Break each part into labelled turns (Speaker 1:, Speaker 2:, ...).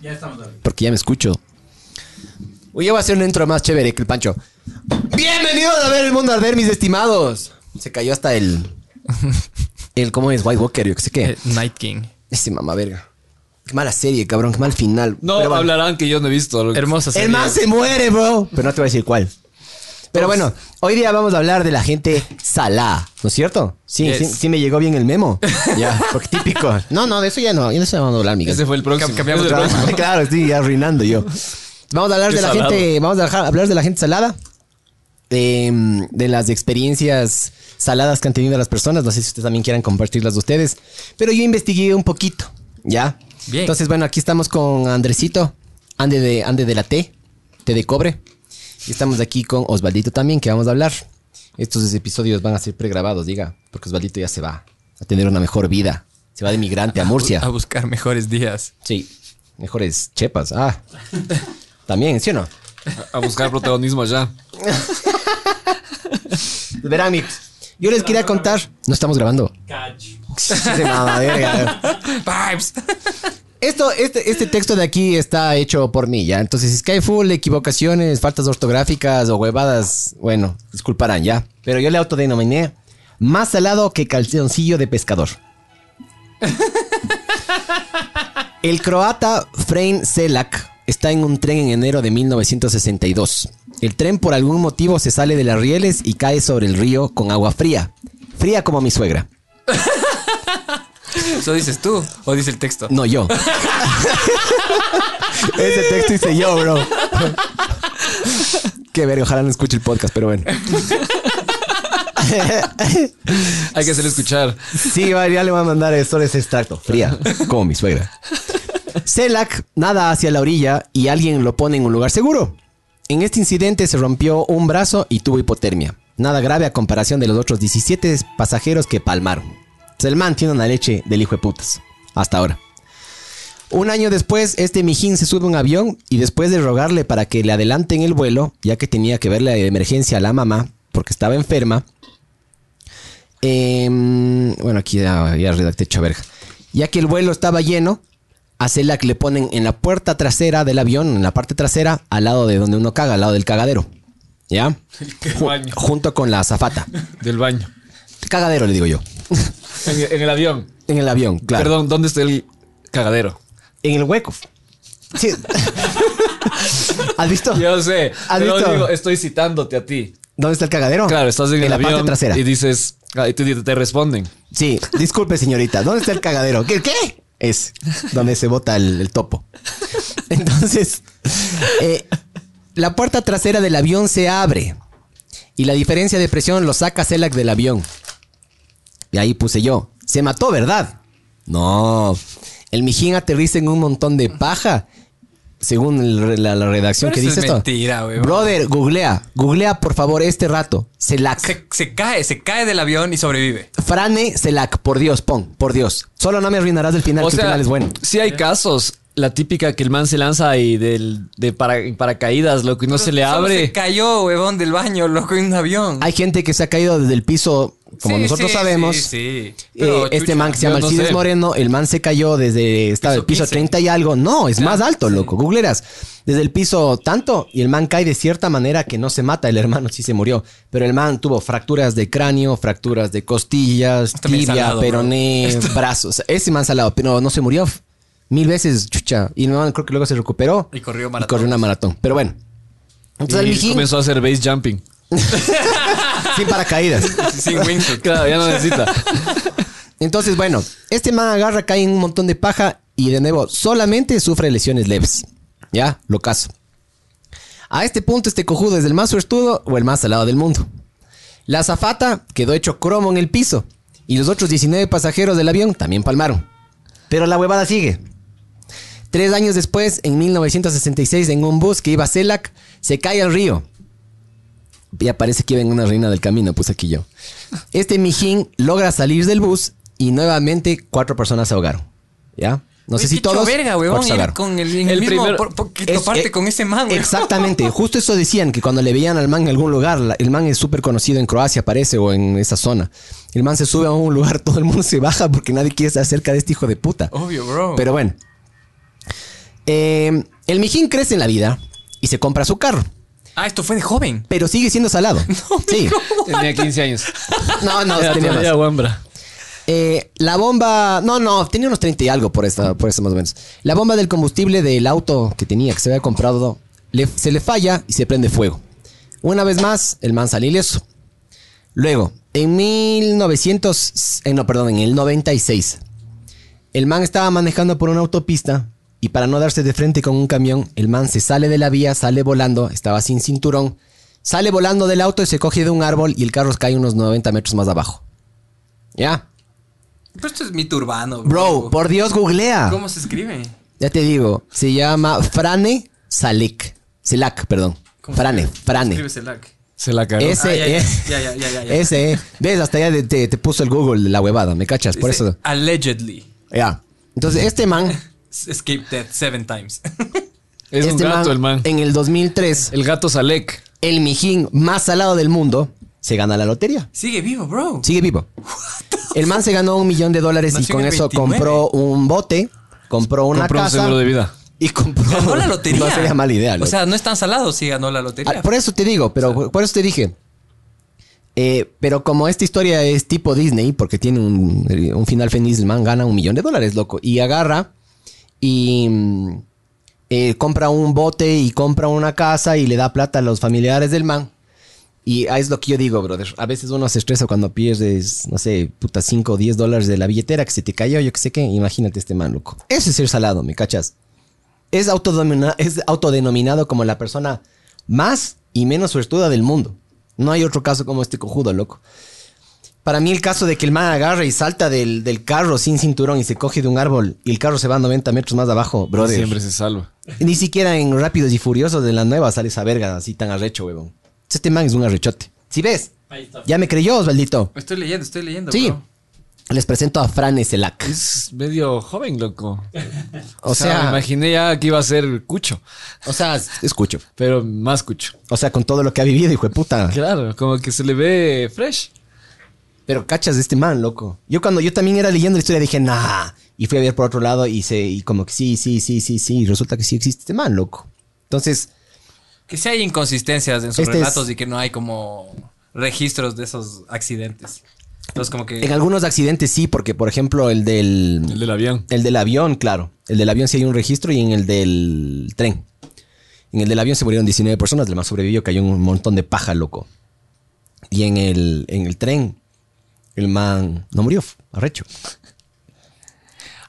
Speaker 1: Ya estamos dale.
Speaker 2: Porque ya me escucho. Uy, yo voy a hacer un intro más chévere que el Pancho. Bienvenidos a ver el mundo arder, mis estimados. Se cayó hasta el. El cómo es White Walker, yo que sé qué.
Speaker 1: Eh, Night King.
Speaker 2: Ese mamá verga. Qué mala serie, cabrón. Qué mal final.
Speaker 3: No
Speaker 2: Pero bueno,
Speaker 3: hablarán que yo no he visto. loco.
Speaker 1: Hermosa serie.
Speaker 2: El más se muere, bro. Pero no te voy a decir cuál. Pero bueno, hoy día vamos a hablar de la gente salá, ¿no es cierto? Sí,
Speaker 3: Yes.
Speaker 2: sí, sí me llegó bien el memo. Ya, porque típico. No, no, de eso ya no, de eso ya vamos a hablar, Miguel.
Speaker 3: Ese fue el próximo.
Speaker 1: Cam- cambiamos
Speaker 3: Ese fue
Speaker 1: de
Speaker 3: el
Speaker 2: Claro,
Speaker 3: próximo.
Speaker 2: claro, estoy arruinando yo. Vamos a hablar
Speaker 3: Qué
Speaker 2: de la
Speaker 3: salado.
Speaker 2: gente, vamos a dejar- hablar de la gente salada, de, de las experiencias saladas que han tenido las personas. No sé si ustedes también quieran compartirlas de ustedes, pero yo investigué un poquito, ¿ya?
Speaker 1: Bien.
Speaker 2: Entonces, bueno, aquí estamos con Andresito, Ande de, Ande de la T, T de cobre. Y estamos aquí con Osvaldito también, que vamos a hablar. Estos episodios van a ser pregrabados, diga, porque Osvaldito ya se va a tener una mejor vida. Se va de migrante a Murcia.
Speaker 1: A buscar mejores días.
Speaker 2: Sí, mejores chepas. Ah, también, ¿sí o no?
Speaker 3: A buscar protagonismo allá.
Speaker 2: Verán, mix. Yo les quería contar. No estamos grabando. Se mama, verga.
Speaker 1: Vibes.
Speaker 2: Esto, este, este texto de aquí está hecho por mí, ya. Entonces, si es que hay full equivocaciones, faltas ortográficas o huevadas, bueno, disculparán, ya. Pero yo le autodenominé más salado que calzoncillo de pescador. El croata Frein Selak está en un tren en enero de 1962. El tren por algún motivo se sale de las rieles y cae sobre el río con agua fría. Fría como mi suegra.
Speaker 1: ¿Eso dices tú o dice el texto?
Speaker 2: No, yo. Ese texto hice yo, bro. Qué verga, ojalá no escuche el podcast, pero bueno.
Speaker 3: Hay que hacerlo escuchar.
Speaker 2: Sí, va, ya le voy a mandar esto de ese extracto. Fría, como mi suegra. Selak nada hacia la orilla y alguien lo pone en un lugar seguro. En este incidente se rompió un brazo y tuvo hipotermia. Nada grave a comparación de los otros 17 pasajeros que palmaron. Selman tiene una leche del hijo de putas. Hasta ahora. Un año después, este mijín se sube a un avión y después de rogarle para que le adelanten el vuelo, ya que tenía que ver la emergencia a la mamá, porque estaba enferma, Em, bueno, aquí ya, ya redacté hecho verga. Ya que el vuelo estaba lleno, a Celac le ponen en la puerta trasera del avión, en la parte trasera, al lado de donde uno caga, al lado del cagadero. ¿Ya? Ju-
Speaker 3: baño.
Speaker 2: junto con la azafata.
Speaker 3: Del baño.
Speaker 2: Cagadero, le digo yo.
Speaker 3: En, en el avión.
Speaker 2: En el avión, claro.
Speaker 3: Perdón, ¿dónde está el cagadero?
Speaker 2: En el hueco. Sí. ¿Has visto?
Speaker 3: Yo sé.
Speaker 2: ¿Has
Speaker 3: pero
Speaker 2: visto?
Speaker 3: digo, estoy citándote a ti.
Speaker 2: ¿Dónde está el cagadero?
Speaker 3: Claro, estás en, el
Speaker 2: la
Speaker 3: avión
Speaker 2: parte trasera.
Speaker 3: y dices, ah, y te, te responden.
Speaker 2: Sí, disculpe, señorita, ¿dónde está el cagadero? ¿Qué? qué? Es donde se bota el, el topo. Entonces, eh, la puerta trasera del avión se abre y la diferencia de presión lo saca Celac del avión. Y ahí puse yo, se mató, ¿verdad? No, el mijín aterriza en un montón de paja. Según el re- la, la redacción
Speaker 1: Pero
Speaker 2: que
Speaker 1: eso
Speaker 2: dice
Speaker 1: es
Speaker 2: esto.
Speaker 1: mentira, weón.
Speaker 2: Brother, googlea. Googlea, por favor, este rato. Celac.
Speaker 1: Se, se cae, se cae del avión y sobrevive.
Speaker 2: Frane Celac, por Dios, pon, por Dios. Solo no me arruinarás del final,
Speaker 3: O
Speaker 2: que el
Speaker 3: sea,
Speaker 2: final es bueno.
Speaker 3: sí hay casos. La típica que el man se lanza y del, de para, paracaídas, loco, y no se le
Speaker 1: Solo
Speaker 3: abre.
Speaker 1: Se cayó, huevón, del baño, loco, en un avión.
Speaker 2: Hay gente que se ha caído desde el piso, como
Speaker 1: Sí,
Speaker 2: nosotros
Speaker 1: sí,
Speaker 2: sabemos.
Speaker 1: Sí, sí.
Speaker 2: Eh,
Speaker 1: Pero,
Speaker 2: este
Speaker 1: chucha,
Speaker 2: man que se
Speaker 3: yo
Speaker 2: llama
Speaker 3: no
Speaker 2: Alcides
Speaker 3: sé.
Speaker 2: Moreno, el man se cayó desde estaba el piso
Speaker 1: Piso 15.
Speaker 2: 30 y algo. No, es más alto,
Speaker 1: sí.
Speaker 2: loco. Googleras. Desde el piso tanto y el man cae de cierta manera que no se mata. El hermano sí se murió, pero el man tuvo fracturas de cráneo, fracturas de costillas,
Speaker 1: también es
Speaker 2: tibia,
Speaker 1: salado,
Speaker 2: peroné, brazos. Ese man salado, pero no se murió. Mil veces, chucha. Y el man creo que luego se recuperó.
Speaker 1: Y corrió
Speaker 2: Y
Speaker 1: maratón.
Speaker 2: corrió una maratón. Pero bueno. Entonces el
Speaker 3: Y
Speaker 2: mijín
Speaker 3: comenzó a hacer base jumping.
Speaker 2: sin paracaídas.
Speaker 1: Sin wingsuit.
Speaker 3: Claro, ya no necesita.
Speaker 2: Entonces, bueno, este man agarra, cae en un montón de paja y de nuevo solamente sufre lesiones leves. Ya, lo caso. A este punto, este cojudo es el más suertudo o el más salado del mundo. La azafata quedó hecho cromo en el piso y los otros 19 pasajeros del avión también palmaron. Pero la huevada sigue. Tres años después, en 1966, en un bus que iba a Celac, se cae al río. Ya parece que iba en una reina del camino, puse aquí yo. Este mijín logra salir del bus y nuevamente cuatro personas se ahogaron. ¿Ya? No sé
Speaker 1: Oye,
Speaker 2: si
Speaker 1: qué hecho
Speaker 2: todos.
Speaker 1: verga,
Speaker 2: cuatro
Speaker 1: huevón,
Speaker 2: se
Speaker 1: ir
Speaker 2: ahogaron.
Speaker 1: con el, en el
Speaker 3: El
Speaker 1: mismo
Speaker 3: primer-
Speaker 1: por- por- que
Speaker 2: Es-
Speaker 1: toparte
Speaker 2: eh,
Speaker 1: con ese man, huevón.
Speaker 2: Exactamente, justo eso decían, que cuando le veían al man en algún lugar, la- el man es súper conocido en Croacia, parece, o en esa zona. El man se sube a un lugar, todo el mundo se baja porque nadie quiere estar cerca de este hijo de puta.
Speaker 1: Obvio, bro.
Speaker 2: Pero bueno. Eh, el mijín crece en la vida y se compra su carro,
Speaker 1: ah, esto fue de joven.
Speaker 2: pero sigue siendo salado. sí.
Speaker 3: Tenía 15 años.
Speaker 2: No, no,
Speaker 3: Era
Speaker 2: tenía más.
Speaker 3: todavía guambra.
Speaker 2: Eh, la bomba. No, no, tenía unos 30 y algo por esta, por eso más o menos. La bomba del combustible del auto que tenía, que se había comprado, le- se le falla y se prende fuego. Una vez más, el man sale ileso. Luego, en 1900. eh, no, perdón, en el 96. El man estaba manejando por una autopista y para no darse de frente con un camión, el man se sale de la vía, sale volando, estaba sin cinturón, sale volando del auto y se coge de un árbol y el carro cae unos 90 metros más abajo. ¿Ya?
Speaker 1: Pero esto es mito urbano, bro.
Speaker 2: Bro, por Dios, googlea.
Speaker 1: ¿Cómo se escribe?
Speaker 2: Ya te digo, se llama Frane Salek. Selak, perdón.
Speaker 1: ¿Cómo se
Speaker 2: Frane,
Speaker 1: escribe?
Speaker 2: Frane.
Speaker 1: Escribe Celac.
Speaker 3: Se la cagó.
Speaker 2: Ese,
Speaker 1: Ah, ya, ya,
Speaker 2: es-
Speaker 1: ya, ya, ya, ya, ya.
Speaker 2: ese, es. ves, hasta ya de- te, te puso el Google la huevada, ¿me cachas? Por
Speaker 1: Dice,
Speaker 2: eso,
Speaker 1: Allegedly.
Speaker 2: ya. Entonces, este man,
Speaker 1: Escape death seven times.
Speaker 3: Es un
Speaker 2: este
Speaker 3: gato el man.
Speaker 2: en el 2003,
Speaker 3: El gato Salek.
Speaker 2: el mijín más salado del mundo, se gana la lotería.
Speaker 1: Sigue vivo, bro.
Speaker 2: Sigue vivo. El man se ganó un millón de dólares y
Speaker 1: Nació en
Speaker 2: con
Speaker 1: el
Speaker 2: eso
Speaker 1: 29.
Speaker 2: compró un bote, compró una
Speaker 3: Compró un
Speaker 2: casa
Speaker 3: seguro de vida.
Speaker 2: y compró...
Speaker 1: Ganó la lotería.
Speaker 2: No sería mala idea.
Speaker 1: O
Speaker 2: loco.
Speaker 1: sea, no es tan salado si ganó la
Speaker 2: Ah,
Speaker 1: lotería.
Speaker 2: Por eso te digo, pero por eso te dije. Eh, pero como esta historia es tipo Disney, porque tiene un, un final feliz, el man gana un millón de dólares, loco. Y agarra y mm, eh, compra un bote y compra una casa y le da plata a los familiares del man. Y ah, es lo que yo digo, brother. A veces uno se estresa cuando pierdes, no sé, puta 5 o 10 dólares de la billetera que se te cayó, yo que sé qué. Imagínate este man, loco. Eso es ser salado, ¿me cachas? es, autodomina- es autodenominado como la persona más y menos suertuda del mundo. No hay otro caso como este cojudo, loco. Para mí el caso de que el man agarra y salta del, del carro sin cinturón y se coge de un árbol y el carro se va a 90 metros más abajo, brother.
Speaker 3: Siempre se salva.
Speaker 2: Ni siquiera en Rápidos y Furiosos de la nueva sale esa verga así tan arrecho, huevón. Este man es un arrechote. Si ves, ya me creyó, Osvaldito.
Speaker 1: Estoy leyendo, estoy leyendo,
Speaker 2: Sí.
Speaker 1: bro.
Speaker 2: Les presento a Fran Eselac.
Speaker 3: Es medio joven, loco.
Speaker 2: O
Speaker 3: me
Speaker 2: sea,
Speaker 3: imaginé ya que iba a ser cucho,
Speaker 2: o sea, escucho.
Speaker 3: pero más cucho.
Speaker 2: O sea, con todo lo que ha vivido, hijo de puta.
Speaker 3: Claro, como que se le ve fresh.
Speaker 2: Pero cachas de este man, loco. Yo cuando yo también era leyendo la historia dije, nah. Y fui a ver por otro lado y se, y como que sí, sí, sí, sí, sí. Y resulta que sí existe este man, loco. Entonces,
Speaker 1: Que si hay inconsistencias en sus
Speaker 2: Este es-
Speaker 1: relatos y que no hay como registros de esos accidentes. Entonces, como que.
Speaker 2: en algunos accidentes sí, porque por ejemplo el
Speaker 3: El
Speaker 2: del,
Speaker 3: del avión.
Speaker 2: el del avión, claro. El del avión sí hay un registro y en el del tren. En el del avión se murieron 19 personas, el más sobrevivió, cayó en un montón de paja, loco. Y en el, en el tren, el man no murió, arrecho.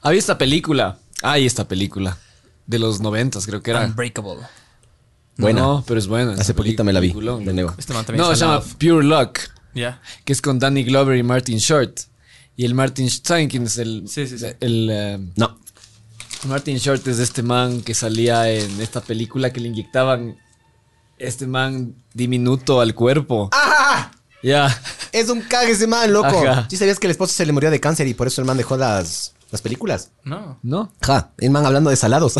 Speaker 3: Había esta película. Hay esta película. De los noventas, creo que era.
Speaker 1: Unbreakable.
Speaker 2: Buena.
Speaker 3: No, pero es buena.
Speaker 2: Hace poquito me la vi, de nuevo.
Speaker 1: Este man también
Speaker 3: No,
Speaker 1: es
Speaker 3: se llama
Speaker 1: salado.
Speaker 3: Pure Luck,
Speaker 1: Ya.
Speaker 3: que es con Danny Glover y Martin Short. Y el Martin Stein, quien es el.
Speaker 1: Sí, sí, sí.
Speaker 3: El, eh,
Speaker 2: No,
Speaker 3: Martin Short es de este man que salía en esta película que le inyectaban este man diminuto al cuerpo.
Speaker 2: ¡Ah!
Speaker 3: Ya.
Speaker 2: Es un cague ese man, loco.
Speaker 3: Ajá.
Speaker 2: ¿Sí sabías que el esposo se le murió de cáncer y por eso el man dejó las, las películas?
Speaker 1: No.
Speaker 3: ¿No?
Speaker 2: Ja, el man hablando de salados.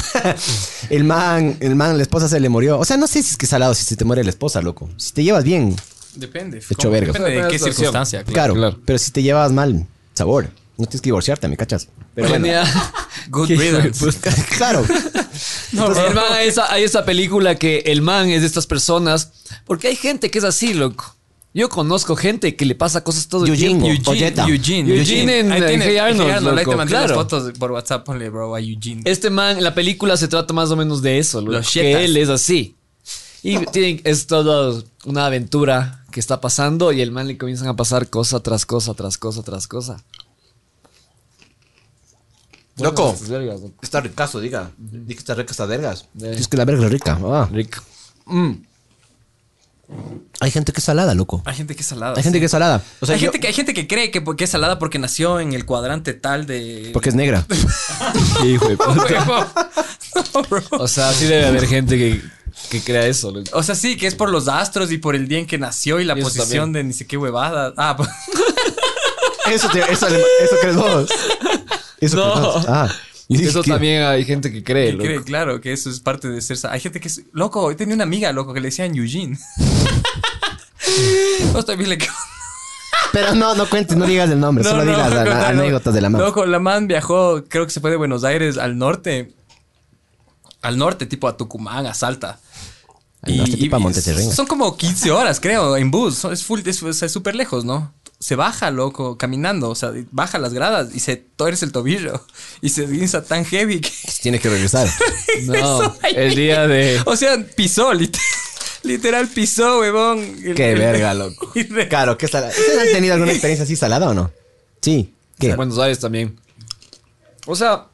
Speaker 2: el man, el man, la esposa se le murió. O sea, no sé si es que es salado si se te muere la esposa, loco. Si te llevas bien,
Speaker 1: Depende.
Speaker 2: Hecho
Speaker 1: ¿Cómo?
Speaker 2: verga.
Speaker 1: Depende de
Speaker 3: Pero
Speaker 1: qué
Speaker 3: es la opción.
Speaker 1: circunstancia.
Speaker 2: claro,
Speaker 3: claro.
Speaker 2: Pero si te llevas mal, sabor. No tienes que divorciarte, ¿me cachas? Pero bueno.
Speaker 3: Tenía-
Speaker 1: Good
Speaker 3: Qué hijo de
Speaker 1: riddance.
Speaker 3: puta.
Speaker 2: claro.
Speaker 3: No, el man, hay, esa, hay esa película que el man es de estas personas. Porque hay gente que es así, loco. Yo conozco gente que le pasa cosas todo el
Speaker 2: Eugene.
Speaker 3: tiempo.
Speaker 2: Eugene. Olleta.
Speaker 1: Eugene.
Speaker 3: Eugene en- en Hey Arnold,
Speaker 1: Ahí te
Speaker 3: loco,
Speaker 1: mandé las
Speaker 3: claro.
Speaker 1: fotos por WhatsApp. Ponle, bro, a Eugene.
Speaker 3: Este man, la película se trata más o menos de eso, loco,
Speaker 1: Los chetas.
Speaker 3: que él es así. Y tienen- es todo una aventura que está pasando y el man le comienzan a pasar cosa tras cosa, tras cosa, tras cosa.
Speaker 2: Loco.
Speaker 3: Estas vergas, loco.
Speaker 2: Está ricazo, diga. Dice que está rica esta vergas.
Speaker 3: Eh.
Speaker 2: Es que la verga es rica. Ah.
Speaker 3: Rico.
Speaker 2: Hay gente que es salada, loco.
Speaker 1: Hay gente que es salada.
Speaker 2: Hay gente
Speaker 1: sí.
Speaker 2: que es salada. O sea,
Speaker 1: hay,
Speaker 2: yo-
Speaker 1: gente que, hay gente que cree que, porque es salada porque nació en el cuadrante tal de.
Speaker 2: porque es negra.
Speaker 3: Hijo de
Speaker 1: No,
Speaker 3: puta.
Speaker 1: bro. No, bro.
Speaker 3: O sea, sí debe haber gente que, que crea eso. loco.
Speaker 1: O sea, sí, que es por los astros y por el día en que nació y la
Speaker 3: Y eso
Speaker 1: posición
Speaker 3: también.
Speaker 1: de ni sé qué huevada. Ah, pues,
Speaker 2: Eso, te- eso, eso crees vos. Eso
Speaker 3: No.
Speaker 2: crees vos. Ah. Y
Speaker 3: Eso
Speaker 2: que-
Speaker 3: también hay gente que cree,
Speaker 1: que
Speaker 3: loco.
Speaker 1: cree, claro, que eso es parte de ser. sa- Hay gente que es. Loco, yo tenía una amiga, loco, que le decían Eugene. Vos también le.
Speaker 2: Pero no, no cuentes, no digas el nombre, solo digas la-
Speaker 1: loco,
Speaker 2: la-
Speaker 1: no.
Speaker 2: anécdotas de la mano.
Speaker 1: Loco, la man viajó, creo que se fue de Buenos Aires al norte. Al norte, tipo a Tucumán, a Salta.
Speaker 2: Al norte, tipo a Monteterrey.
Speaker 1: Son como 15 horas, creo, en bus. Son- Es full, es o sea, es súper lejos, ¿no? Se baja, loco, caminando. O sea, baja las gradas y se tuerce el tobillo. Y se guinza tan heavy que...
Speaker 2: Tiene que regresar.
Speaker 3: No,
Speaker 1: Eso, ay,
Speaker 3: el día de.
Speaker 1: O sea, pisó, lit- literal pisó, huevón. El-
Speaker 2: Qué
Speaker 1: el-
Speaker 2: verga, loco.
Speaker 1: y re-
Speaker 2: Claro, ¿qué salada? ¿Ustedes han tenido alguna experiencia así salada o no? Sí. ¿Qué?
Speaker 3: En Buenos Aires también. O sea.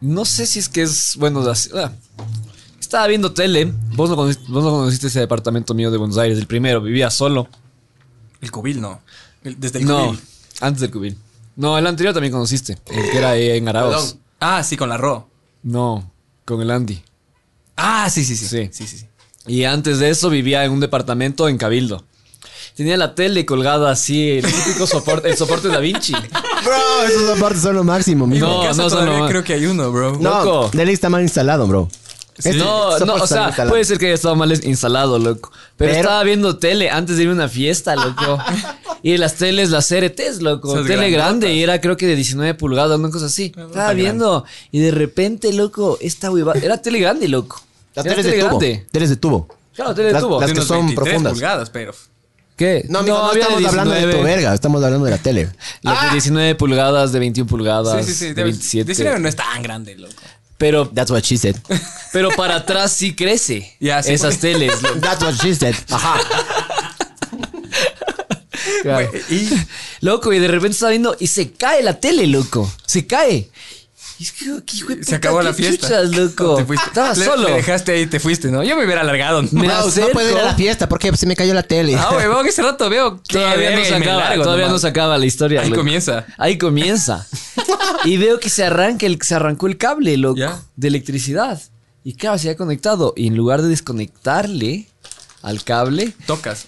Speaker 3: No sé si es que es Buenos Aires. Ah, Estaba viendo tele. Vos no, conociste, vos no conociste ese departamento mío de Buenos Aires, el primero. Vivía solo.
Speaker 1: El cubil, no. El- desde el
Speaker 3: no,
Speaker 1: cubil.
Speaker 3: antes del cubil. No, el anterior también conociste. El que era eh, en Araos.
Speaker 1: Perdón. Ah, sí, con la Ro.
Speaker 3: No, con el Andy.
Speaker 1: Ah, sí, sí, sí.
Speaker 3: Sí.
Speaker 1: sí, sí, sí.
Speaker 3: Y antes de eso vivía en un departamento en Cabildo. Tenía la tele colgada así, el típico soporte, el soporte Da Vinci.
Speaker 2: Bro, esos aparte son lo máximo, mijo.
Speaker 3: No,
Speaker 1: en mi casa
Speaker 3: no, eso
Speaker 1: todavía
Speaker 3: no.
Speaker 1: creo que hay uno, bro.
Speaker 2: No,
Speaker 3: Loco.
Speaker 2: Deli está mal instalado, bro. Este
Speaker 3: no,
Speaker 2: soporte
Speaker 3: no,
Speaker 2: está
Speaker 3: o
Speaker 2: mal
Speaker 3: sea,
Speaker 2: instalado.
Speaker 3: puede ser que haya estado mal instalado, loco. Pero,
Speaker 2: Pero-
Speaker 3: estaba viendo tele antes de ir a una fiesta, loco. y las teles, las CRTs, loco.
Speaker 1: Esas
Speaker 3: tele grande
Speaker 1: grandotas.
Speaker 3: y era creo que de 19 pulgadas, una cosa así.
Speaker 1: Una
Speaker 3: Estaba
Speaker 1: grande.
Speaker 3: viendo y de repente, loco, esta huevada. Era tele grande, loco.
Speaker 2: Las
Speaker 3: Era
Speaker 2: teles de
Speaker 3: tele
Speaker 2: tubo.
Speaker 3: grande.
Speaker 2: Teles de tubo.
Speaker 3: Claro, tele de
Speaker 2: Las-
Speaker 3: tubo.
Speaker 2: las
Speaker 1: De
Speaker 2: que
Speaker 1: unos
Speaker 2: son
Speaker 1: 23
Speaker 2: profundas.
Speaker 1: pulgadas, pero.
Speaker 3: ¿Qué?
Speaker 2: No, mijo, no,
Speaker 3: había de
Speaker 2: estamos hablando de tu
Speaker 3: 19.
Speaker 2: verga, estamos hablando de la tele.
Speaker 3: Las de 19 pulgadas, de 21
Speaker 1: Ah. Sí,
Speaker 3: pulgadas,
Speaker 1: sí, sí.
Speaker 3: de
Speaker 1: debe-
Speaker 3: 27.
Speaker 1: 19 no es tan grande, loco.
Speaker 3: Pero,
Speaker 2: That's what she said.
Speaker 3: pero para atrás sí crece
Speaker 1: Ya, sí,
Speaker 3: esas
Speaker 1: porque-
Speaker 3: teles. loco.
Speaker 2: That's what she said. Ajá.
Speaker 3: Claro.
Speaker 1: Y
Speaker 3: Loco, y de repente está viendo y se cae la tele, loco. Se cae. Y es que, ¿qué hijo de
Speaker 1: se
Speaker 3: puta,
Speaker 1: acabó la
Speaker 3: qué
Speaker 1: fiesta.
Speaker 3: chuchas, loco.
Speaker 1: Te fuiste.
Speaker 3: Estaba
Speaker 1: Le-
Speaker 3: solo.
Speaker 1: Le dejaste ahí y te fuiste, ¿no? Yo me hubiera alargado.
Speaker 3: Me
Speaker 2: Bro,
Speaker 3: acerco.
Speaker 2: no puedo ir a la fiesta porque se me cayó la tele.
Speaker 1: Ah, huevón, ese rato veo que
Speaker 3: Todavía no se acaba, todavía no se acaba la historia.
Speaker 1: Ahí
Speaker 3: loco.
Speaker 1: comienza.
Speaker 3: Ahí comienza. y veo que se arranca el, se arrancó el cable, loco,
Speaker 1: Ya.
Speaker 3: de electricidad. Y claro, se había conectado. Y en lugar de desconectarle al cable,
Speaker 1: Tocas.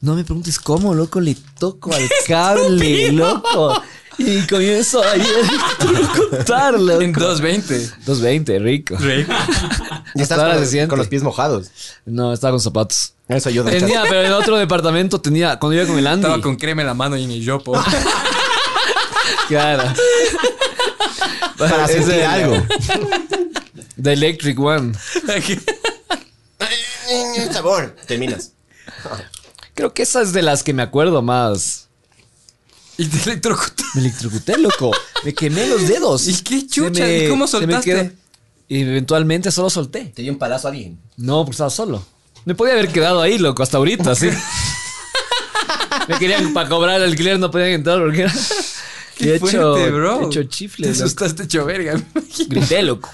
Speaker 3: No me preguntes cómo, loco, le toco al cable, loco. Y comienzo ahí a contar, loco.
Speaker 1: En 220.
Speaker 3: 220, rico.
Speaker 2: Y
Speaker 3: Hasta
Speaker 2: estás
Speaker 3: ahora
Speaker 2: con,
Speaker 3: se
Speaker 2: los-
Speaker 3: siente.
Speaker 2: con los pies mojados.
Speaker 3: No, estaba con zapatos.
Speaker 2: Eso ayuda.
Speaker 3: Tenía, pero en otro departamento tenía, cuando iba con el Andy.
Speaker 1: Estaba con crema en la mano y en el yopo.
Speaker 3: Claro.
Speaker 2: para
Speaker 3: Ese
Speaker 2: sentir
Speaker 3: de-
Speaker 2: algo.
Speaker 3: The Electric One.
Speaker 2: sabor. Terminas.
Speaker 3: Creo que esa es de las que me acuerdo más.
Speaker 1: y te electrocutó.
Speaker 3: Me electrocuté, loco. Me quemé los dedos.
Speaker 1: ¿Y qué
Speaker 3: Se
Speaker 1: chucha?
Speaker 3: me-
Speaker 1: ¿Y cómo
Speaker 3: se me
Speaker 1: soltaste?
Speaker 3: quedó- Y eventualmente solo solté.
Speaker 2: Te dio un palazo a alguien.
Speaker 3: No, porque estaba solo. Me podía haber quedado ahí, loco, hasta ahorita, sí. Me querían para cobrar el alquiler, no podían entrar porque era.
Speaker 1: Qué
Speaker 3: He
Speaker 1: fuerte, bro.
Speaker 3: he hecho chifle,
Speaker 1: Te
Speaker 3: loco.
Speaker 1: asustaste hecho verga. me imagino.
Speaker 3: Grité, loco.